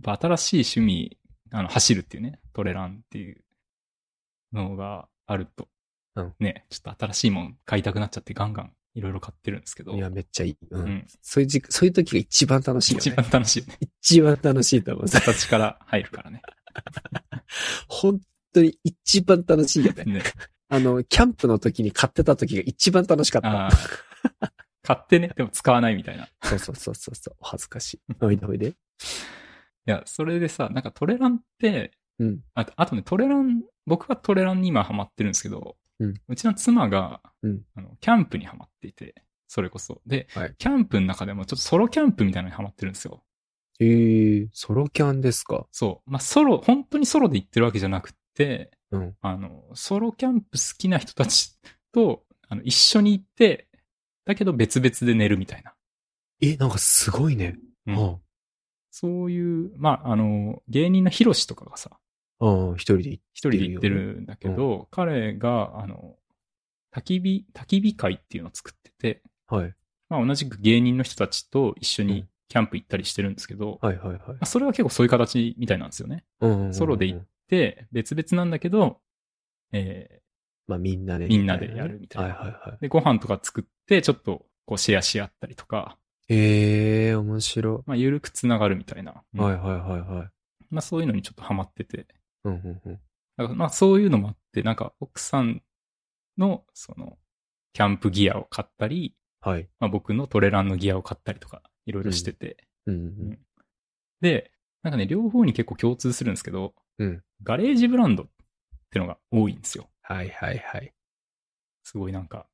Speaker 1: ぱ新しい趣味、あの、走るっていうね、トレランっていうのがあると、
Speaker 2: うん
Speaker 1: ね、ちょっと新しいもん買いたくなっちゃってガンガンいろいろ買ってるんですけど、
Speaker 2: いや、めっちゃいい。うん。
Speaker 1: うん
Speaker 2: そういう時、そういう時が一番楽しいよ、ね。
Speaker 1: 一番楽 しいよね。
Speaker 2: 一番楽しいと思う。
Speaker 1: 形から入る からね。
Speaker 2: 本当に一番楽しいよね。
Speaker 1: ね
Speaker 2: あの、キャンプの時に買ってた時が一番楽しかっ
Speaker 1: あ
Speaker 2: た。
Speaker 1: ー買ってね、でも使わないみたいな。
Speaker 2: そうそうそうそうそう。お恥ずかしい。おいでおいで。
Speaker 1: いや、それでさ、なんかトレランって、
Speaker 2: うん。
Speaker 1: あとあとね、トレラン、僕はトレランに今ハマってるんですけど、
Speaker 2: うん
Speaker 1: ちの妻が、
Speaker 2: うん
Speaker 1: あのキャンプにハマっていて、それこそ。で、
Speaker 2: はい
Speaker 1: キャンプの中でもちょっとソロキャンプみたいなのにハマってるんですよ。
Speaker 2: えー、ソロキャンですか
Speaker 1: そう。まあ、ソロ、本当にソロで行ってるわけじゃなくて、
Speaker 2: うん
Speaker 1: あの、ソロキャンプ好きな人たちと、あの、一緒に行って、だけど別々で寝るみたいな。
Speaker 2: え、なんかすごいね。
Speaker 1: うん
Speaker 2: あ
Speaker 1: そういう、まあ、あの、芸人のヒロシとかがさ、
Speaker 2: あ、ああ一人で行っ
Speaker 1: 一人で行ってるんだけど、彼が、あの、焚き火、焚き火会っていうのを作ってて、
Speaker 2: はい。
Speaker 1: まあ同じく芸人の人たちと一緒にキャンプ行ったりしてるんですけど、ま
Speaker 2: はいはいはい。
Speaker 1: あそれは結構そういう形みたいなんですよね。
Speaker 2: うんうんうん
Speaker 1: ソロで行っで、別々なんだけど、え
Speaker 2: まあみんなで。
Speaker 1: みんなでやるみたいな
Speaker 2: はいはいはい
Speaker 1: ー。で、ご飯とか作って、ちょっとこうシェアし合ったりとか、
Speaker 2: ええ面白
Speaker 1: まあ、ゆるくつながるみたいな。
Speaker 2: い。はいはいはいはい。
Speaker 1: まあ、そういうのにちょっとハマってて。
Speaker 2: うんうんうん。
Speaker 1: だからまあ、そういうのもあって、なんか、奥さんの、その、キャンプギアを買ったり、
Speaker 2: はい。
Speaker 1: まあ、僕のトレランのギアを買ったりとか、いろいろしてて。
Speaker 2: うんうん。
Speaker 1: で、なんかね、両方に結構共通するんですけど、
Speaker 2: うん
Speaker 1: ガレージブランドってのが多いんですよ。
Speaker 2: はいはいはい。
Speaker 1: すごいなんか、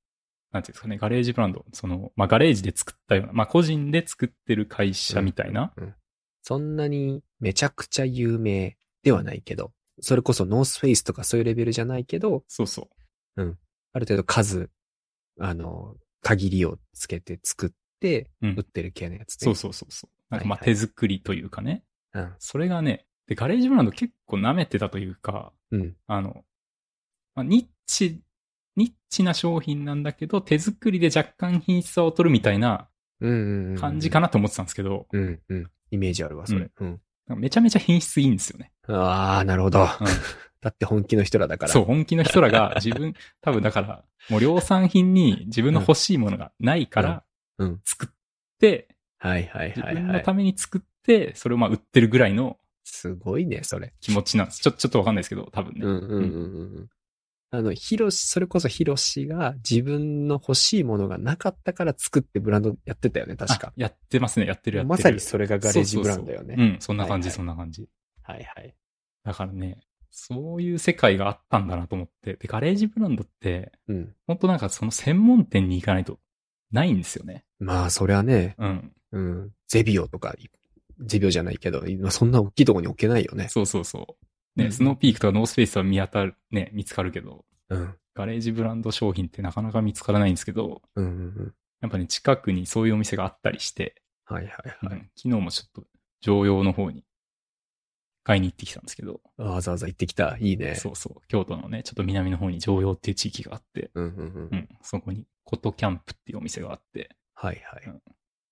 Speaker 1: なんていうんですかね、ガレージブランド、その、まあ、ガレージで作ったような、まあ、個人で作ってる会社みたいな、
Speaker 2: うん。うんそんなにめちゃくちゃ有名ではないけど、それこそノースフェイスとかそういうレベルじゃないけど、
Speaker 1: そうそう、
Speaker 2: ある程度数、あの、限りをつけて作って、
Speaker 1: うん
Speaker 2: 売ってる系のやつね。
Speaker 1: そうそうそうそう。なんかまあ
Speaker 2: はいは
Speaker 1: 手作りというかね、
Speaker 2: う。
Speaker 1: それがね、で、ガレージブランド結構舐めてたというか、
Speaker 2: うん。うん。
Speaker 1: あの、まあ、ニッチ、ニッチな商品なんだけど、手作りで若干品質を劣るみたいな
Speaker 2: うんうんうん。
Speaker 1: 感じかなと思ってたんですけど、
Speaker 2: うんうん。イメージあるわ、それ。うん。
Speaker 1: なんかめちゃめちゃ品質いいんですよね。
Speaker 2: ああ、なるほど。
Speaker 1: うん
Speaker 2: だって本気の人らだから。
Speaker 1: そう、本気の人らが自 分、多分だから、もう量産品に自分の欲しいものがないから
Speaker 2: うんうん、
Speaker 1: 作って、
Speaker 2: はいはい
Speaker 1: 自
Speaker 2: はい
Speaker 1: 分
Speaker 2: は
Speaker 1: の
Speaker 2: い
Speaker 1: た。めに作って、それをまあ売ってるぐらいの
Speaker 2: すごいね、それ。
Speaker 1: 気持ちなんです。ちょ、ちょっとわかんないですけど、多分ね。
Speaker 2: うんうんうんうん。あの、ヒロシ、それこそヒロシが自分の欲しいものがなかったから作ってブランドやってたよね、確
Speaker 1: あ
Speaker 2: か。
Speaker 1: やってますね、やってるやってる。
Speaker 2: まさにそれがガレージブランドよ
Speaker 1: そうそ
Speaker 2: ね。
Speaker 1: うそううん、そんな感じ、
Speaker 2: はいはい
Speaker 1: そんな感じ。
Speaker 2: はいはい。
Speaker 1: だからね、そういう世界があったんだなと思って。で、ガレージブランドって、
Speaker 2: うん。
Speaker 1: 本当なんかその専門店に行かないとないんですよね。
Speaker 2: まあ、そりゃね、
Speaker 1: うん。
Speaker 2: うん。ゼビオとか、ゼビオじゃないけど、今そんな大きいとこに置けないよね。
Speaker 1: そうそうそう。
Speaker 2: う
Speaker 1: ね、
Speaker 2: ん
Speaker 1: スノーピークとかノースペースは見当たる、ね、見つかるけど、
Speaker 2: うん。
Speaker 1: ガレージブランド商品ってなかなか見つからないんですけど、
Speaker 2: うんうんうん。
Speaker 1: やっぱね、近くにそういうお店があったりして、
Speaker 2: はいはいは
Speaker 1: う
Speaker 2: い。
Speaker 1: ん昨日もちょっと常用の方に買いに行ってきたんですけど、
Speaker 2: わざわざ行ってきた。いいね。
Speaker 1: そうそう、京都のね、ちょっと南の方に常用っていう地域があって、
Speaker 2: うんうん
Speaker 1: う
Speaker 2: うん。
Speaker 1: ん、そこにコトキャンプっていうお店があって、
Speaker 2: はいはい。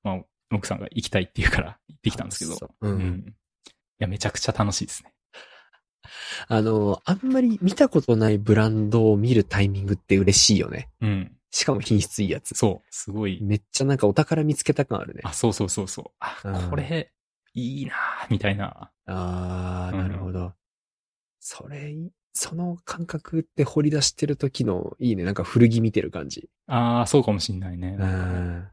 Speaker 1: まあ、奥さんが行きたいって言うから行ってきたんですけど、
Speaker 2: う。
Speaker 1: うんん。いや、めちゃくちゃ楽しいですね。
Speaker 2: あの、あんまり見たことないブランドを見るタイミングって嬉しいよね。
Speaker 1: うん。
Speaker 2: しかも品質いいやつ。
Speaker 1: そう、すごい。
Speaker 2: めっちゃなんかお宝見つけた感あるね。
Speaker 1: あ、そうそうそうそう。あ
Speaker 2: う、ん
Speaker 1: これ、いいなぁみたいな。
Speaker 2: あー、
Speaker 1: うん
Speaker 2: なるほど。それ、その感覚って掘り出してる時の、いいね。なんか古着見てる感じ。
Speaker 1: ああ、そうかもしんないね
Speaker 2: う。ん。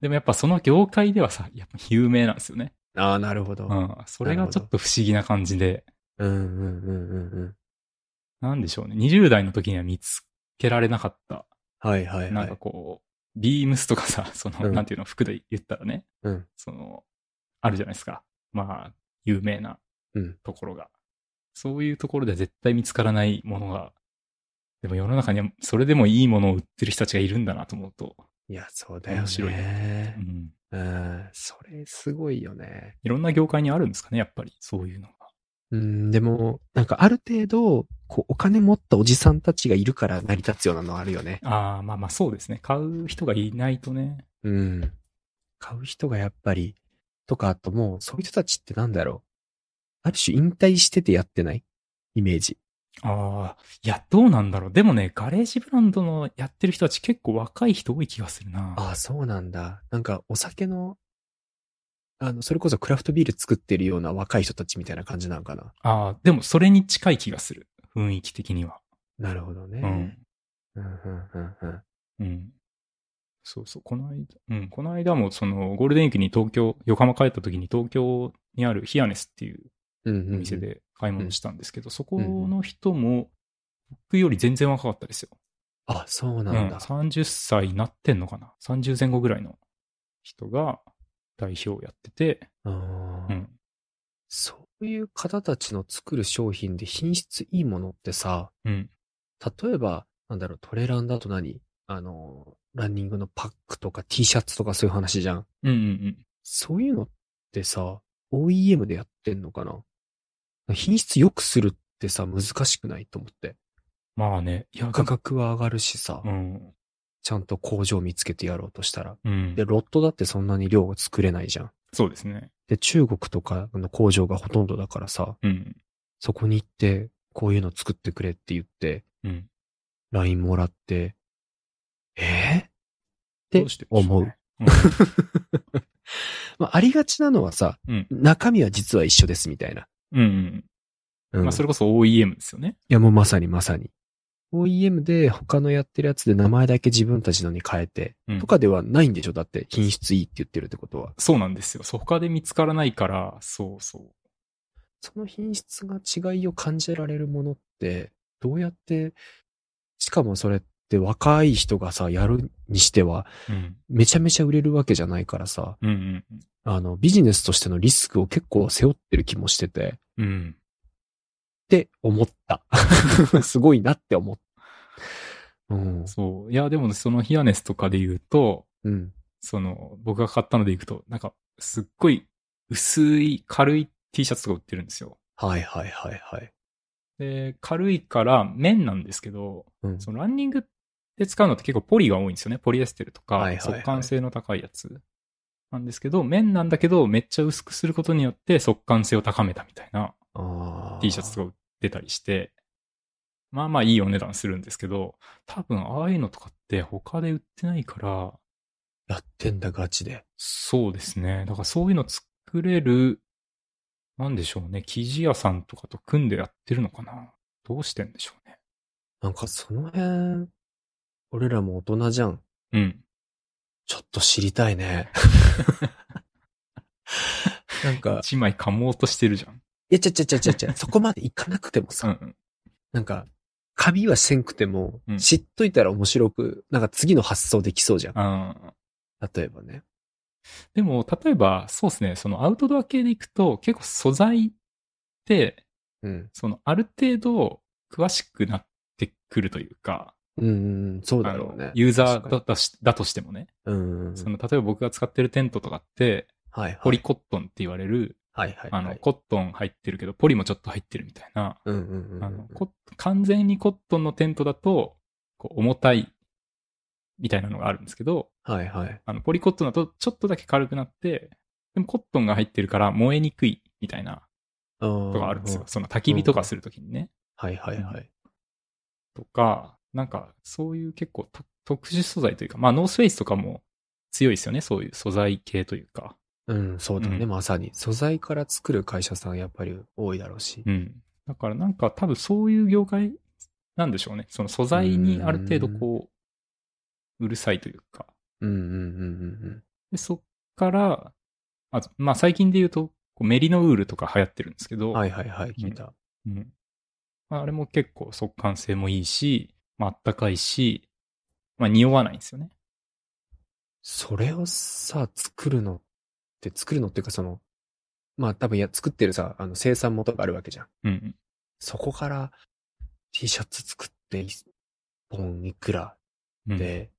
Speaker 1: でもやっぱその業界ではさ、やっぱ有名なんですよね。
Speaker 2: あー、なるほど。
Speaker 1: うん。それがちょっと不思議な感じで、
Speaker 2: うん、うん、うん、うん。うん
Speaker 1: なんでしょうね。20代の時には見つけられなかった。
Speaker 2: はい、はい、
Speaker 1: な
Speaker 2: は
Speaker 1: んか
Speaker 2: い。
Speaker 1: こう、ビームスとかさ、 その、
Speaker 2: うん
Speaker 1: なんていうの、服で言ったらね、
Speaker 2: うん
Speaker 1: その、あるじゃないですか。まあ、有名な
Speaker 2: うん
Speaker 1: ところが。そういうところでは絶対見つからないものが、でも世の中にはそれでもいいものを売ってる人たちがいるんだなと思うと、
Speaker 2: いや、そうだよね。
Speaker 1: 面白い
Speaker 2: ね
Speaker 1: う。ん。
Speaker 2: うん。それ、すごいよね。
Speaker 1: いろんな業界にあるんですかね、やっぱり、そういうのが。
Speaker 2: うん、でも、なんかある程度、こう、お金持ったおじさんたちがいるから成り立つようなのあるよね。
Speaker 1: ああ、まあまあそうですね。買う人がいないとね。
Speaker 2: うん。買う人がやっぱり、とか、あともう、そういう人たちってなんだろう。ある種引退しててやってないイメージ。
Speaker 1: ああ、いや、どうなんだろう。でもね、ガレージブランドのやってる人たち結構若い人多い気がするな。
Speaker 2: ああ、そうなんだ。なんか、お酒の、あの、それこそクラフトビール作ってるような若い人たちみたいな感じなのかな。
Speaker 1: ああ、でもそれに近い気がする。雰囲気的には。
Speaker 2: なるほどね。
Speaker 1: うん。
Speaker 2: うん。うん、うん、
Speaker 1: う
Speaker 2: うん。
Speaker 1: ん。そうそう。この間、うん。この間も、その、ゴールデンウィークに東京、横浜帰った時に東京にあるヒアネスっていう
Speaker 2: うん
Speaker 1: お
Speaker 2: うんうん
Speaker 1: 店。で買い物したんですけど、そこの人も、僕より全然若かったですよ。
Speaker 2: あ、そう
Speaker 1: う
Speaker 2: なん
Speaker 1: ん。
Speaker 2: だ。
Speaker 1: 30歳になってんのかな ?30 前後ぐらいの人が代表をやってて、
Speaker 2: あ
Speaker 1: う
Speaker 2: ー
Speaker 1: ん。
Speaker 2: そういう方たちの作る商品で品質いいものってさ、
Speaker 1: うん。
Speaker 2: 例えば、なんだろう、トレランだと何あの、ランニングのパックとか T シャツとかそういう話じゃん。
Speaker 1: うんうんうん。
Speaker 2: そういうのってさ、OEM でやってんのかな品質良くするってさ、難しくないと思って。
Speaker 1: まあね。いや、
Speaker 2: 価格は上がるしさ、
Speaker 1: うん。
Speaker 2: ちゃんと工場見つけてやろうとしたら。
Speaker 1: うん
Speaker 2: で、。ロットだってそんなに量が作れないじゃん。
Speaker 1: そうですね。
Speaker 2: で、中国とかの工場がほとんどだからさ、
Speaker 1: うん。
Speaker 2: そこに行って、こういうの作ってくれって言って、
Speaker 1: うん。
Speaker 2: LINE もらって、えー、
Speaker 1: どう
Speaker 2: っ
Speaker 1: しててでしょ
Speaker 2: 思
Speaker 1: う
Speaker 2: う
Speaker 1: ね。
Speaker 2: まあ、ありがちなのはさ、
Speaker 1: うん
Speaker 2: 中身は実は一緒ですみたいな。
Speaker 1: うん。うん
Speaker 2: う
Speaker 1: うんん。まあ、それこそ OEM ですよね。
Speaker 2: いや、もうまさにまさに。OEM で他のやってるやつで名前だけ自分たちのに変えて、
Speaker 1: うん
Speaker 2: とかではないんでしょだって品質いいって言ってるってことは。
Speaker 1: そうなんですよ。そう他で見つからないから、そうそう。
Speaker 2: その品質が違いを感じられるものって、どうやって、しかもそれって若い人がさ、やるにしては、
Speaker 1: うん。
Speaker 2: めちゃめちゃ売れるわけじゃないからさ、
Speaker 1: うんうんうん。
Speaker 2: あの、ビジネスとしてのリスクを結構背負ってる気もしてて、
Speaker 1: うん。
Speaker 2: って思った。 すごいなって思った。うん。
Speaker 1: そう。いや、でもそのヒアネスとかで言うと、
Speaker 2: うん。
Speaker 1: その、僕が買ったので行くと、なんか、すっごい薄い、軽い T シャツとか売ってるんですよ。
Speaker 2: はいはいはいはい。
Speaker 1: で、軽いから綿なんですけど、
Speaker 2: うん。
Speaker 1: そのランニングで使うのって結構ポリが多いんですよね。ポリエステルとか、
Speaker 2: はいはいはい
Speaker 1: 速乾性の高いやつ。なんですけど、綿なんだけど、めっちゃ薄くすることによって速乾性を高めたみたいな
Speaker 2: あー
Speaker 1: T シャツとか売ってたりして、まあまあいいお値段するんですけど、多分ああいうのとかって他で売ってないから、
Speaker 2: やってんだ、ガチで。
Speaker 1: そうですね。だからそういうの作れる、なんでしょうね。生地屋さんとかと組んでやってるのかな。どうしてんでしょうね。
Speaker 2: なんかその辺、俺らも大人じゃん。
Speaker 1: うん。
Speaker 2: ちょっと知りた いね。なんか、
Speaker 1: 一枚噛もうとしてるじゃん。
Speaker 2: いや、ちゃちゃちゃちゃちゃ、そこまでいかなくても
Speaker 1: う
Speaker 2: さ、
Speaker 1: んうん。
Speaker 2: なんか、カビはせんくても
Speaker 1: う、ん
Speaker 2: 知っといたら面白く、なんか次の発想できそうじゃん。
Speaker 1: あー
Speaker 2: 例えばね。
Speaker 1: でも、例えば、そうですね。そのアウトドア系でいくと、結構素材って、
Speaker 2: うん。
Speaker 1: そのある程度詳しくなってくるというか、
Speaker 2: うんうん、そうだ
Speaker 1: あ
Speaker 2: ろ
Speaker 1: の
Speaker 2: うね。
Speaker 1: ユーザー
Speaker 2: 確か
Speaker 1: だ
Speaker 2: に
Speaker 1: だしだとしてもね、
Speaker 2: うんうんうん。
Speaker 1: その例えば僕が使ってるテントとかって、
Speaker 2: はいはい。
Speaker 1: ポリコットンって言われる、
Speaker 2: はいはいは
Speaker 1: あ
Speaker 2: い。
Speaker 1: の、コットン入ってるけど、ポリもちょっと入ってるみたいな、
Speaker 2: うんうんうんうん。
Speaker 1: あのコ完全にコットンのテントだと、こう重たいみたいなのがあるんですけど、
Speaker 2: はいはい。
Speaker 1: あのポリコットンだとちょっとだけ軽くなって、でもコットンが入ってるから燃えにくいみたいな
Speaker 2: と
Speaker 1: とかあるんですよ。。その焚き火とかするときにね。
Speaker 2: はいはいはい。
Speaker 1: とか、なんかそういう結構と特殊素材というか、まあノースフェイスとかも強いですよね。そういう素材系というか。
Speaker 2: うん、そうだね、
Speaker 1: うん
Speaker 2: まさに。素材から作る会社さんやっぱり多いだろうし。
Speaker 1: うん。だからなんか多分そういう業界なんでしょうね。その素材にある程度こう、うるさいというか。
Speaker 2: うんうんうんうん
Speaker 1: でそっから、あまあ最近で言うと、こうメリノウールとか流行ってるんですけど、
Speaker 2: うん。はいはいはい、聞いた。
Speaker 1: うんまあ、あれも結構速乾性もいいし、まああったかいし、まあ匂わないんですよね。
Speaker 2: それをさ、作るのって、作るのっていうかその、まあ多分や、作ってるさ、あの生産元があるわけじゃん。
Speaker 1: うんうん。
Speaker 2: そこから T シャツ作って一本いくら
Speaker 1: うん
Speaker 2: で、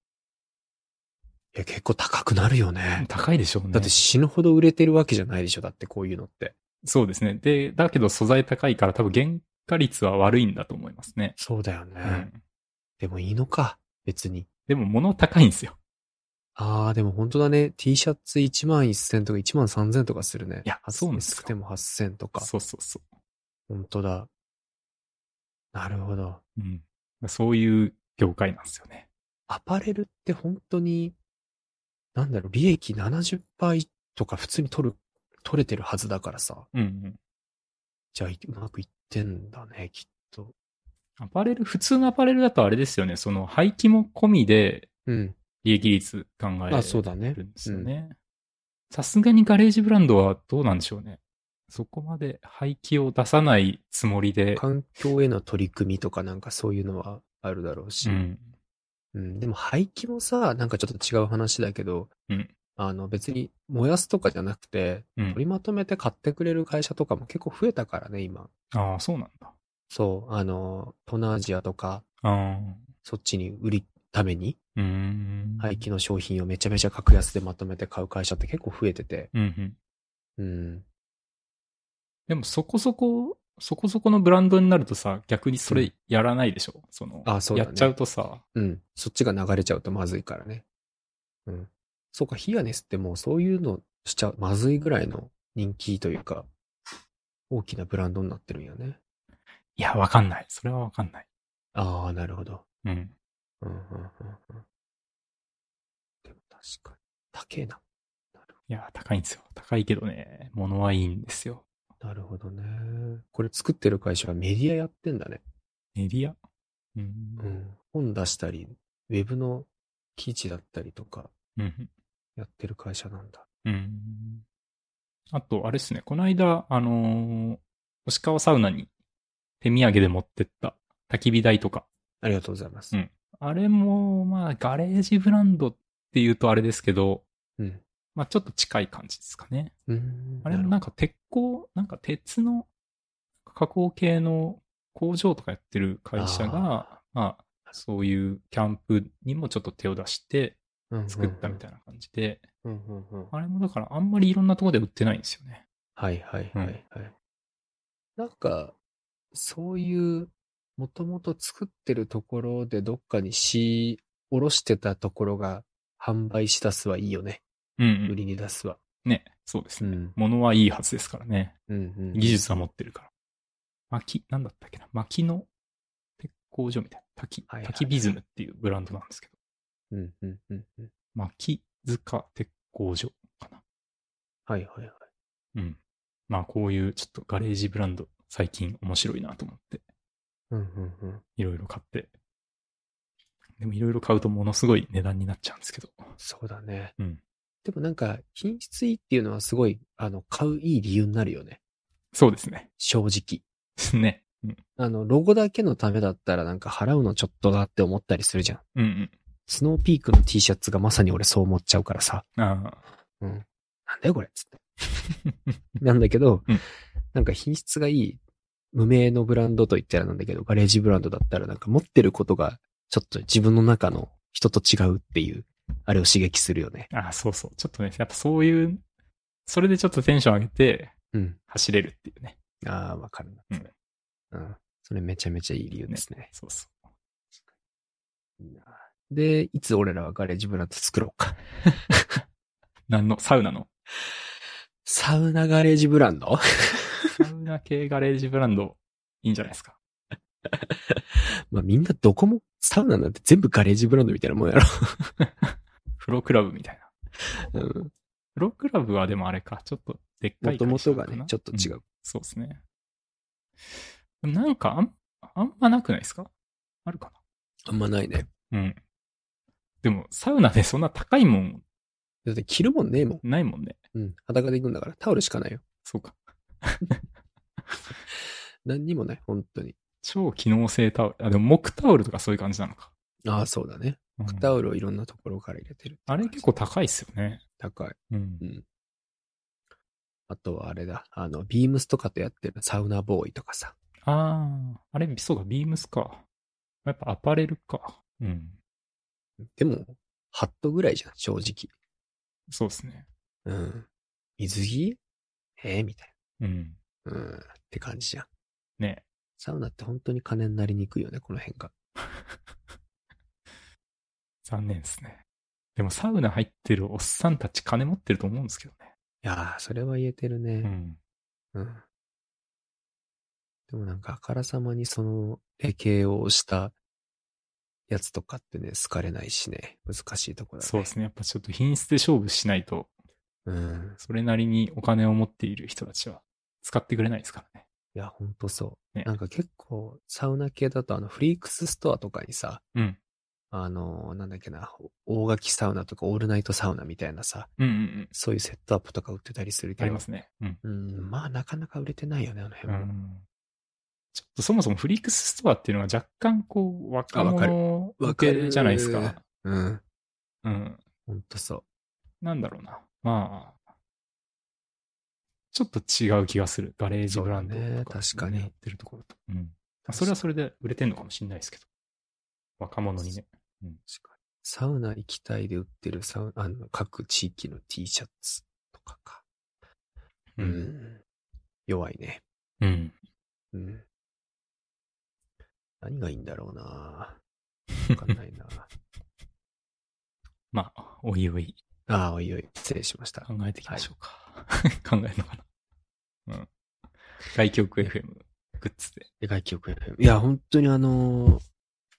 Speaker 2: いや結構高くなるよね。
Speaker 1: 高いでしょうね。
Speaker 2: だって死ぬほど売れてるわけじゃないでしょ。だってこういうのって。
Speaker 1: そうですね。で、だけど素材高いから多分原価率は悪いんだと思いますね。
Speaker 2: そうだよね。
Speaker 1: うん。
Speaker 2: でもいいのか、別に。
Speaker 1: でも物高いんですよ。
Speaker 2: ああ、でも本当だね。T シャツ1万1000とか1万3000とかするね。
Speaker 1: いや
Speaker 2: はっ
Speaker 1: そうなんですよ
Speaker 2: 安くても8000とか。
Speaker 1: そうそうそ
Speaker 2: 本当だ。なるほど。
Speaker 1: う。うん。そういう業界なんですよね。
Speaker 2: アパレルって本当に、なんだろう、利益70倍とか普通に取る、取れてるはずだからさ。
Speaker 1: うんうん。
Speaker 2: じゃあ、うまくいってんだね、きっと。
Speaker 1: アパレル、普通のアパレルだとあれですよね。その廃棄も込みで
Speaker 2: うん。
Speaker 1: 利益率考え
Speaker 2: あ、そうだね
Speaker 1: る。んですよね。さすがにガレージブランドはどうなんでしょうね。そこまで廃棄を出さないつもりで。
Speaker 2: 環境への取り組みとかなんかそういうのはあるだろうし。
Speaker 1: うん。
Speaker 2: うん、でも廃棄もさ、なんかちょっと違う話だけど、
Speaker 1: うん
Speaker 2: あの別に燃やすとかじゃなくて、
Speaker 1: うん
Speaker 2: 取りまとめて買ってくれる会社とかも結構増えたからね、今。
Speaker 1: ああ、そうなんだ。
Speaker 2: そう、あの、東南アジアとか、
Speaker 1: あ
Speaker 2: そっちに売るために、
Speaker 1: あ。うーん。
Speaker 2: 廃棄の商品をめちゃめちゃ格安でまとめて買う会社って結構増えてて、
Speaker 1: うんうん。
Speaker 2: うん。
Speaker 1: でもそこそこ、そこそこのブランドになるとさ、逆にそれやらないでしょ、その、
Speaker 2: あそうだね
Speaker 1: やっちゃうとさ、
Speaker 2: うん。そっちが流れちゃうとまずいからね。うん。そうか、ヒアネスってもうそういうのしちゃまずいぐらいの人気というか、大きなブランドになってるんやね。
Speaker 1: いや、わかんない。それはわかんない。
Speaker 2: ああ、なるほど。
Speaker 1: うん。
Speaker 2: うんうんうんうんでも確かに。高えな。
Speaker 1: いや、高いんですよ。高いけどね、物はいいんですよ。
Speaker 2: なるほどね。これ作ってる会社はメディアやってんだね。
Speaker 1: メディアうん。
Speaker 2: うん。本出したり、ウェブの記事だったりとか、
Speaker 1: うん。
Speaker 2: やってる会社なんだ。
Speaker 1: うん。あと、あれですね、この間、あのー、星川サウナに手土産で持ってった焚き火台とか。
Speaker 2: ありがとうございます。
Speaker 1: うんあれも、まあ、ガレージブランドっていうとあれですけど、
Speaker 2: うん。
Speaker 1: まあ、ちょっと近い感じですかね。
Speaker 2: うん。
Speaker 1: あれもなんか鉄鋼、なんか鉄の加工系の工場とかやってる会社が、まあ、そういうキャンプにもちょっと手を出して作ったみ
Speaker 2: い。
Speaker 1: たいな感じで、
Speaker 2: うんうんうん。
Speaker 1: あれもだからあんまりいろんなところで売ってないんですよね。
Speaker 2: はいはいはいはい。なんか、そういう、もともと作ってるところでどっかに仕おろしてたところが販売し出すはいいよね。
Speaker 1: うん、う
Speaker 2: 売
Speaker 1: ん。
Speaker 2: りに出すは。
Speaker 1: ね、そうですね。
Speaker 2: ん。
Speaker 1: 物はいいはずですからね。
Speaker 2: うんうん。
Speaker 1: 技術は持ってるから。巻き、なんだったっけな、巻きの鉄工所みたいな、滝、
Speaker 2: はいはいはい
Speaker 1: 滝ビズムっていうブランドなんですけど、
Speaker 2: うんうんうんうん。
Speaker 1: 巻き塚鉄工所かな。
Speaker 2: はいはいはい。
Speaker 1: うん。まあこういうちょっとガレージブランド、最近面白いなと思って、
Speaker 2: うんうんうん。
Speaker 1: いろいろ買って。でもいろいろ買うとものすごい値段になっちゃうんですけど。
Speaker 2: そうだね。
Speaker 1: うん。
Speaker 2: でもなんか、品質いいっていうのはすごい、あの、買ういい理由になるよね。
Speaker 1: そうですね。
Speaker 2: 正直。
Speaker 1: ですね。うん。
Speaker 2: あの、ロゴだけのためだったらなんか払うのちょっとだって思ったりするじゃん。
Speaker 1: うん
Speaker 2: スノーピークの T シャツがまさに俺そう思っちゃうからさ。
Speaker 1: うん。ああ。
Speaker 2: なんだよこれっつって。 なんだけど、
Speaker 1: うん
Speaker 2: なんか品質がいい、無名のブランドと言ったらなんだけど、ガレージブランドだったらなんか持ってることが、ちょっと自分の中の人と違うっていう、あれを刺激するよね。
Speaker 1: ああ、そうそう。ちょっとね、やっぱそういう、それでちょっとテンション上げて
Speaker 2: うん。
Speaker 1: 走れるっていうね。
Speaker 2: ああ、わかるな、それ。うん。それめちゃめちゃいい理由ですね。
Speaker 1: そうそう。
Speaker 2: いいなで、いつ俺らはガレージブランド作ろうか。
Speaker 1: 何のサウナの
Speaker 2: サウナガレージブランド
Speaker 1: サウナ系ガレージブランド、いいんじゃないですか。
Speaker 2: まあみんなどこもサウナなんて全部ガレージブランドみたいなもんやろ。
Speaker 1: フロクラブみたいな。
Speaker 2: うん。
Speaker 1: フロクラブはでもあれか、ちょっとでっか
Speaker 2: も
Speaker 1: い
Speaker 2: と
Speaker 1: 会
Speaker 2: も
Speaker 1: 社
Speaker 2: と
Speaker 1: かな
Speaker 2: がね、ちょっと違う。
Speaker 1: そうですね。でもなんかあん、あんまなくないですかあるか
Speaker 2: あんまないね。
Speaker 1: なうん。でも、サウナでそんな高いもん
Speaker 2: だって着るもんねえもん。
Speaker 1: ないもんね。
Speaker 2: うん。裸で行くんだから、タオルしかないよ。
Speaker 1: そうか。
Speaker 2: 何にもない、本当に。
Speaker 1: 超機能性タオル。あ、でも木タオルとかそういう感じなのか。
Speaker 2: ああ、そうだね。
Speaker 1: うん
Speaker 2: タオルをいろんなところから入れてる。
Speaker 1: あれ結構高いっすよね。
Speaker 2: 高い。
Speaker 1: うん
Speaker 2: う。ん。あとはあれだ。あの、ビームスとかとやってるサウナボーイとかさ。
Speaker 1: ああ、あれ、そうか、ビームスか。やっぱアパレルか。うん。
Speaker 2: でも、ハットぐらいじゃん、正直。
Speaker 1: そうですね。
Speaker 2: うん。水着えーみたい
Speaker 1: うん。
Speaker 2: な。うん。って感じじゃん。
Speaker 1: ね
Speaker 2: サウナって本当に金になりにくいよね、この辺が。
Speaker 1: 残念ですね。でもサウナ入ってるおっさんたち金持ってると思うんですけどね。
Speaker 2: いやー、それは言えてるね。
Speaker 1: うん。
Speaker 2: うん。でもなんか、あからさまにその、え、形をしたやつとかってね、好かれないしね、難しいとこだね。
Speaker 1: そうですね。やっぱちょっと品質で勝負しないと、
Speaker 2: うん。
Speaker 1: それなりにお金を持っている人たちは使ってくれないですからね。
Speaker 2: いや、ほんとそう。
Speaker 1: ね
Speaker 2: なんか結構、サウナ系だと、あの、フリークスストアとかにさ、
Speaker 1: うん。
Speaker 2: あの、なんだっけな、大垣サウナとかオールナイトサウナみたいなさ、
Speaker 1: うんうんうん。
Speaker 2: そういうセットアップとか売ってたりするけ
Speaker 1: あ
Speaker 2: ど。
Speaker 1: りますね。うん。
Speaker 2: うん、まあなかなか売れてないよね、あの
Speaker 1: う
Speaker 2: 辺も。
Speaker 1: ん。ちょっとそもそもフリークスストアっていうのが若干こう、若
Speaker 2: あわかる
Speaker 1: 者向けじゃないですか。
Speaker 2: わかうん。
Speaker 1: うん。
Speaker 2: ほんとそう。
Speaker 1: なんだろうな。まあ、ちょっと違う気がする。ガレージブランドとか、
Speaker 2: そうだね確かに
Speaker 1: やってるところと。うん。まあそれはそれで売れてんのかもしれないですけど。若者にね。
Speaker 2: 確かにサウナ行きたいで売ってるサウあの各地域の T シャツとかか。
Speaker 1: う
Speaker 2: う。ん弱いね。
Speaker 1: うん。
Speaker 2: うん。何がいいんだろうなわかんな いな
Speaker 1: まあ、おいおい、
Speaker 2: ああ、おいおい、失礼しました
Speaker 1: 考。えていきましょうか。 考えるのかな。うん。外局 FM グッズで。
Speaker 2: でかい記憶 FM いや、本当にあのー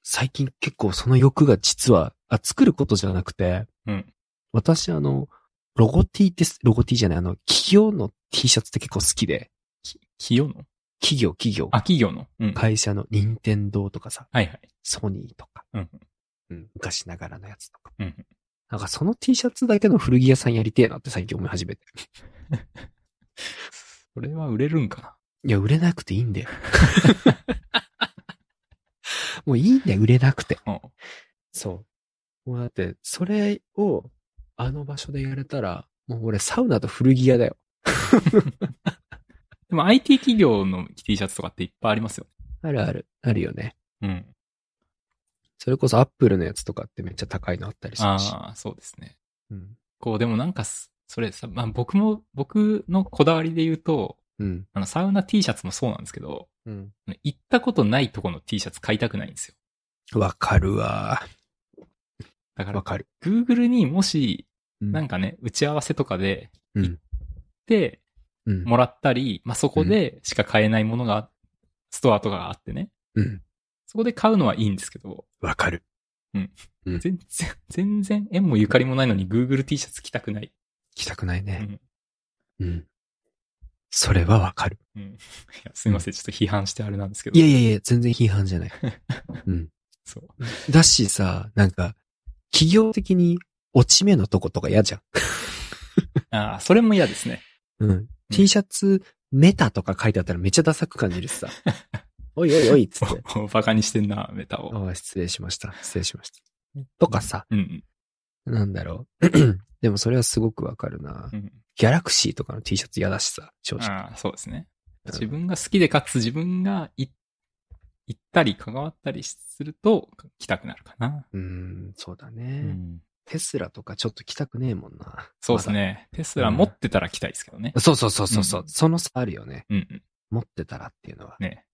Speaker 2: 最近結構その欲が実は、あ、作ることじゃなくて、
Speaker 1: うん
Speaker 2: 私あの、ロゴ T ってす、ロゴ T じゃない、あの、企業の T シャツって結構好きで、
Speaker 1: き企業の
Speaker 2: 企業、企業。
Speaker 1: あ、企業の。うん。はい
Speaker 2: 会社の任天堂とかさ、
Speaker 1: はい。
Speaker 2: ソニーとか、
Speaker 1: うん
Speaker 2: うん昔ながらのやつとか。
Speaker 1: うんうん
Speaker 2: なんかその T シャツだけの古着屋さんやりてえなって最近思い始めて。
Speaker 1: それは売れるんか
Speaker 2: いや、売れなくていいん だよ。もういいんだよ、売れなくて。
Speaker 1: な。うん。
Speaker 2: そう。もうだって、それを、あの場所でやれたら、もう俺サウナと古着屋だよ。
Speaker 1: でも IT 企業の T シャツとかっていっぱいありますよ。
Speaker 2: あるある、あるよね。
Speaker 1: うん。
Speaker 2: それこそアップルのやつとかってめっちゃ高いのあったりするし。
Speaker 1: ああ、そうですね。
Speaker 2: うん。
Speaker 1: こう、でもなんかす、それさ、まあ僕も、僕のこだわりで言うと、
Speaker 2: うん。
Speaker 1: あの、サウナ T シャツもそうなんですけど、
Speaker 2: うん。
Speaker 1: 行ったことないとこの T シャツ買いたくないんですよ。
Speaker 2: わかるわ。
Speaker 1: だから
Speaker 2: わ、かる。
Speaker 1: Google にもし、
Speaker 2: うん
Speaker 1: なんかね、打ち合わせとかで
Speaker 2: うん
Speaker 1: 行って
Speaker 2: うん。
Speaker 1: もらったり、まあそこでしか買えないものが、ストアとかがあってね、
Speaker 2: うん。
Speaker 1: そこで買うのはいいんですけど、
Speaker 2: わかる。うん
Speaker 1: 全然、全然縁もゆかりもないのに Google T シャツ着たくない。
Speaker 2: 着たくないうね。
Speaker 1: ん。
Speaker 2: うん。それはわかる。
Speaker 1: うん、いやすいません、ちょっと批判してあれなんですけど。
Speaker 2: いやいやいや、全然批判 じゃない。うん。
Speaker 1: そう。
Speaker 2: だしさ、なんか、企業的に落ち目のとことか嫌 じゃん。
Speaker 1: ああ、それも嫌ですね。
Speaker 2: うん。T シャツ、メタとか書いてあったらめっちゃダサく感じるし さ。おいおいおいっつって。
Speaker 1: バカにしてんな、メタを。
Speaker 2: ああ、失礼しました。失礼しました。とかさ、
Speaker 1: うん。
Speaker 2: なんだろう。 でもそれはすごくわかるな
Speaker 1: う。ん、
Speaker 2: ギャラクシーとかの T シャツ嫌だしさ、正直。
Speaker 1: ああ、そうですね。
Speaker 2: うん
Speaker 1: 自分が好きで、かつ自分がい行ったり関わったりすると、来たくなるかな。
Speaker 2: うーん、そうだ
Speaker 1: う
Speaker 2: ね、
Speaker 1: ん、
Speaker 2: テスラとかちょっと着たくねえもんな。
Speaker 1: そうですね。テスラ持ってたら来たいですけどね
Speaker 2: まだ。。そうそうそうそうそう、
Speaker 1: うん
Speaker 2: その差あるよね。
Speaker 1: うんうん。
Speaker 2: 持ってたらっていうのは。
Speaker 1: ね。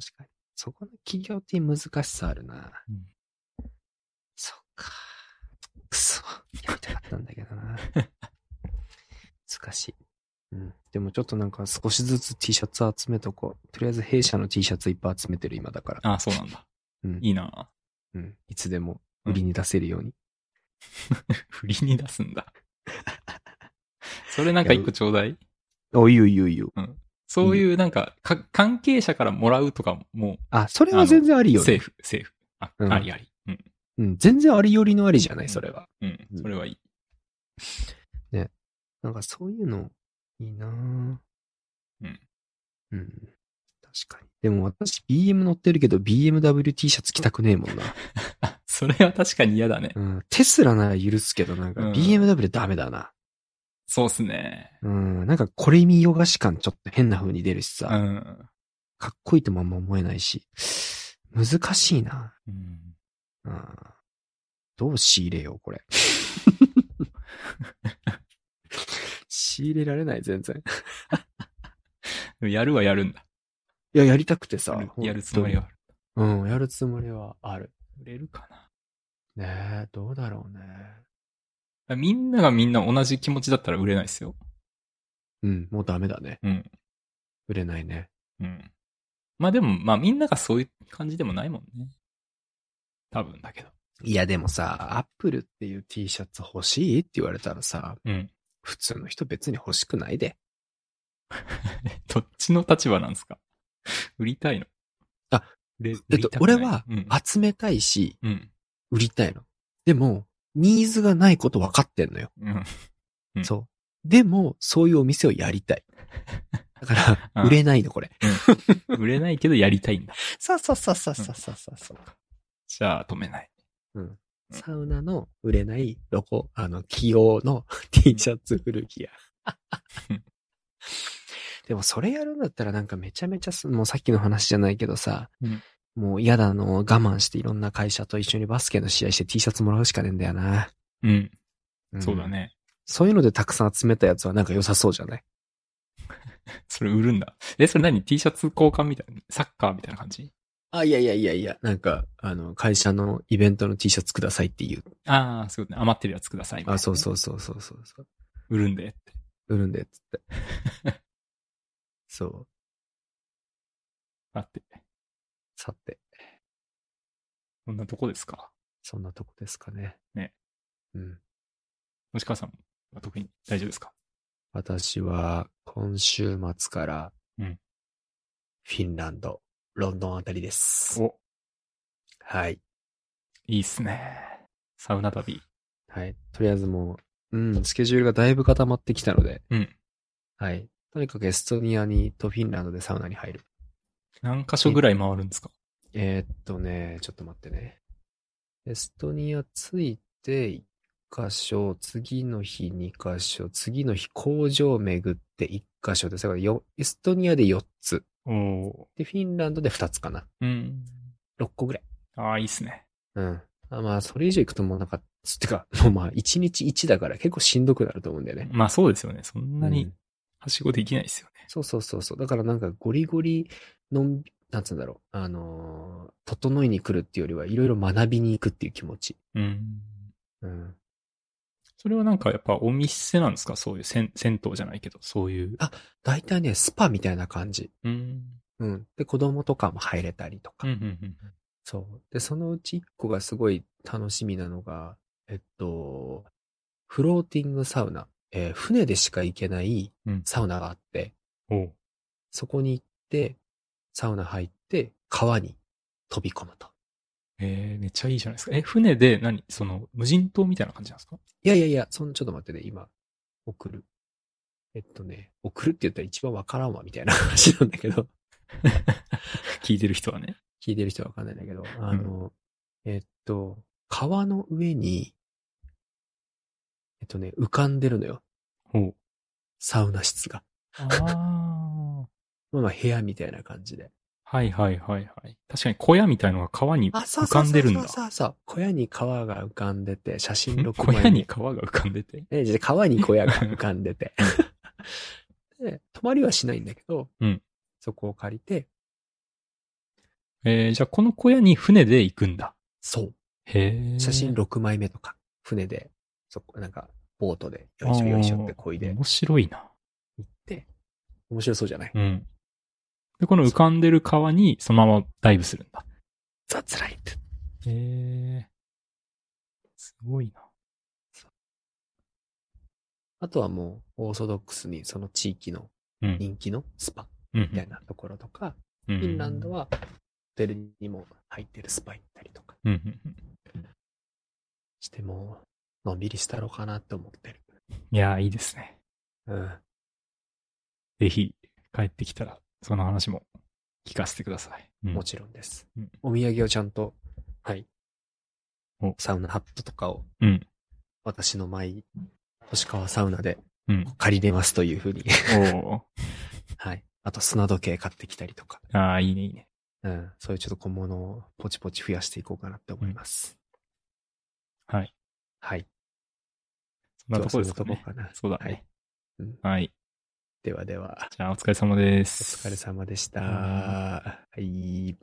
Speaker 2: 確かに。そこの企業って難しさあるな。
Speaker 1: うん
Speaker 2: そっか。くそ。やりたかったんだけど な。難しい。うん。でもちょっとなんか少しずつ T シャツ集めとこう。とりあえず弊社の T シャツいっぱい集めてる今だから。
Speaker 1: ああ、そうなんだ。
Speaker 2: うん。
Speaker 1: いいな。
Speaker 2: うん、いつでも売りに出せるように。
Speaker 1: 振りに出す んだ。それなんか一個ちょうだい。
Speaker 2: おいよいよいよ。
Speaker 1: そういうなんかか、関係者からもらうとかも、
Speaker 2: あ、それは全然ありよ
Speaker 1: セー
Speaker 2: ね。
Speaker 1: フ、セーフ。あ、
Speaker 2: うん
Speaker 1: ありあり。うん。
Speaker 2: うん。全然ありよりのありじゃない、それは。
Speaker 1: うん。それはいい。
Speaker 2: なんかそういうのいいなぁ
Speaker 1: うん。
Speaker 2: うん。確かに。でも私 BM 乗ってるけど BMWT シャツ着たくねえも んな。
Speaker 1: あそれは確かに嫌だね。
Speaker 2: うん。テスラなら許すけどなんか
Speaker 1: うん
Speaker 2: BMW ダメだな。
Speaker 1: そうっすね。
Speaker 2: うん。なんかこれ見よがし感ちょっと変な風に出るし
Speaker 1: う
Speaker 2: さ。
Speaker 1: ん。
Speaker 2: かっこいいともあんま思えないし。難しいな
Speaker 1: うん
Speaker 2: うん。どう仕入れよ う、これ。仕入れられない、全然。
Speaker 1: でもやるはやるんだ。
Speaker 2: いや、やりたくてさ
Speaker 1: や。るやるつもりはある。
Speaker 2: うん、やるつもりはある。
Speaker 1: 売れるかな。
Speaker 2: ねえ、どうだろうね。
Speaker 1: みんながみんな同じ気持ちだったら売れないですよ。
Speaker 2: うん、もうダメだね。
Speaker 1: うん。
Speaker 2: 売れないね。
Speaker 1: うん。まあでも、まあみんながそういう感じでもないもんね。多分だけど。
Speaker 2: いや、でもさ、アップルっていう T シャツ欲しいって言われたらさ、
Speaker 1: うん。
Speaker 2: 普通の人別に欲しくないで。
Speaker 1: どっちの立場なんですか 売りたいの
Speaker 2: あ、
Speaker 1: で
Speaker 2: えっと、俺は
Speaker 1: うん。
Speaker 2: 集めたいし、
Speaker 1: うん。
Speaker 2: 売りたいの。でも、ニーズがないこと分かってんのよ。
Speaker 1: うん。うん
Speaker 2: そう。でも、そういうお店をやりたい。だか
Speaker 1: あ
Speaker 2: ら、
Speaker 1: あ
Speaker 2: 売れないの、これ。
Speaker 1: 売れないけどやりたいんだ。
Speaker 2: さあさあさあさあさあさあさあさあ。
Speaker 1: じゃあ止めない。
Speaker 2: サウナの売れないロゴ、あの、企業の T シャツ古着屋
Speaker 1: うん。
Speaker 2: でもそれやるんだったらなんかめちゃめちゃす、もうさっきの話じゃないけどさ、
Speaker 1: うん
Speaker 2: もう嫌だの我慢していろんな会社と一緒にバスケの試合して T シャツもらうしかねえんだよな。
Speaker 1: うん。
Speaker 2: ん
Speaker 1: そうだ。ね。
Speaker 2: そういうのでたくさん集めたやつはなんか良さそうじゃない
Speaker 1: それ売るんだ。え、それ何 ?T シャツ交換みたいなサッカーみたいな感じ
Speaker 2: あ、いやいやいやいや、なんか、あの、会社のイベントの T シャツくださいっていう。
Speaker 1: ああ、そうね。余ってるやつくださいみたいなね
Speaker 2: あ、そうそうそうそうそうそう。
Speaker 1: 売るんでって。
Speaker 2: 売るんで、つって。 そう。
Speaker 1: だって、
Speaker 2: さて。
Speaker 1: こんなとこですか。
Speaker 2: そんなとこですかね。
Speaker 1: ね。
Speaker 2: うん。
Speaker 1: 吉川さんは特に大丈夫ですか
Speaker 2: 私は今週末から、
Speaker 1: うん
Speaker 2: フィンランド、ロンドンあたりです。
Speaker 1: お、
Speaker 2: はい。
Speaker 1: いいっすね。サウナ旅。
Speaker 2: はい。とりあえずもう、うん、スケジュールがだいぶ固まってきたので、
Speaker 1: うん。
Speaker 2: はい。とにかくエストニアにとフィンランドでサウナに入る。
Speaker 1: 何箇所ぐらい回るんですか
Speaker 2: えーっとね、ちょっと待ってね。エストニア着いて1箇所、次の日2箇所、次の日工場巡って1箇所で、だからよエストニアで4つ。
Speaker 1: おお
Speaker 2: で、フィンランドで2つかな。
Speaker 1: ー。うん。
Speaker 2: 6個ぐらい。
Speaker 1: ああ、いいっすね。
Speaker 2: うん。あまあ、それ以上行くともうなんか、つて か、もうまあ、1日1だから結構しんどくなると思うんだよね。
Speaker 1: まあそうですよね。そんな
Speaker 2: う
Speaker 1: に
Speaker 2: ん
Speaker 1: はしごできないですよね。
Speaker 2: そうそうそうそう。だからなんかゴリゴリのんび、なんつうんだろう。あのー整いに来るっていうよりは、いろいろ学びに行くっていう気持ち。
Speaker 1: うん。
Speaker 2: うん。
Speaker 1: それはなんかやっぱお店なんですかそういう銭銭湯じゃないけど、そういう。
Speaker 2: 大体ね、スパみたいな感じ。
Speaker 1: うん。
Speaker 2: うん。で、子供とかも入れたりと
Speaker 1: う
Speaker 2: か。
Speaker 1: ん、うん、
Speaker 2: そう。で、そのうち一個がすごい楽しみなのが、えっと、フローティングサウナ。えー船でしか行けない
Speaker 1: うん
Speaker 2: サウナがあって、
Speaker 1: うん。おう
Speaker 2: そこに行って、サウナ入って、川に飛び込むと。
Speaker 1: えー、めっちゃいいじゃないですか。え、船で何その、無人島みたいな感じなんですか
Speaker 2: いやいやいや、その、ちょっと待ってね、今、送る。えっとね、送るって言ったら一番わからんわ、みたいな 話なんだけど、
Speaker 1: 聞いてる人はね。
Speaker 2: 聞いてる人はわかんないんだけど、あの、えっと、川の上に、えっとね、浮かんでるのよ、
Speaker 1: おう。
Speaker 2: サウナ室が。
Speaker 1: ああ。
Speaker 2: まあまあ、部屋みたいな感じで。
Speaker 1: はいはいはいはい。確かに小屋みたいのが川に
Speaker 2: あ、そう
Speaker 1: 浮
Speaker 2: そ
Speaker 1: か
Speaker 2: うそう。
Speaker 1: んでるんだ。
Speaker 2: そうそうそう。小屋に川が浮かんでて、写真
Speaker 1: ん
Speaker 2: 録
Speaker 1: 小
Speaker 2: 画
Speaker 1: 屋に川が浮かんでて。
Speaker 2: ね、で川に小屋が浮かんでて。 で、泊まりはしないんだけど、
Speaker 1: うん
Speaker 2: そこを借りて、
Speaker 1: えー、じゃあこの小屋に船で行くんだ。
Speaker 2: そ
Speaker 1: へえ。
Speaker 2: う、写真6枚目とか、船で、そこ、なんか、ボートで、よいしょよいしょってこい
Speaker 1: あー
Speaker 2: で
Speaker 1: 面白いな。
Speaker 2: 行って、面白そうじゃない
Speaker 1: うん。で、この浮かんでる川にそのままダイブするんだ。
Speaker 2: ザ・ツライって。
Speaker 1: へえ。すごいな。
Speaker 2: あとはもう、オーソドックスに、その地域の
Speaker 1: うん。
Speaker 2: 人気のスパ
Speaker 1: うん
Speaker 2: みたいなところとか、
Speaker 1: うん
Speaker 2: フィンランド。は、ホテルにも入ってるスパ行ったりとか
Speaker 1: うんうんうん
Speaker 2: して、もう、のんびりしたろうかなって思ってる。
Speaker 1: いやー、いいですね。
Speaker 2: うん。
Speaker 1: ぜひ、帰ってきたら、その話も聞かせてください。うん
Speaker 2: もちろんです。
Speaker 1: うん
Speaker 2: お土産をちゃんと、はい
Speaker 1: お。
Speaker 2: サウナハットとかを、
Speaker 1: うん
Speaker 2: 私のマイ、星川サウナで
Speaker 1: うん。
Speaker 2: 借りれますというふうに。
Speaker 1: おー
Speaker 2: はい。あと砂時計買ってきたりとか、
Speaker 1: ああ、いいね、いいね。
Speaker 2: うん。そういうちょっと小物をポチポチ増やしていこうかなって思います。
Speaker 1: はい。
Speaker 2: はい。
Speaker 1: そんなとこですか
Speaker 2: 今日
Speaker 1: ね
Speaker 2: はそ。んなとこかな。
Speaker 1: そうだね。はい。
Speaker 2: ではでは、
Speaker 1: じゃあ、お疲れ様で
Speaker 2: お
Speaker 1: す。
Speaker 2: 疲れ様でした。はい。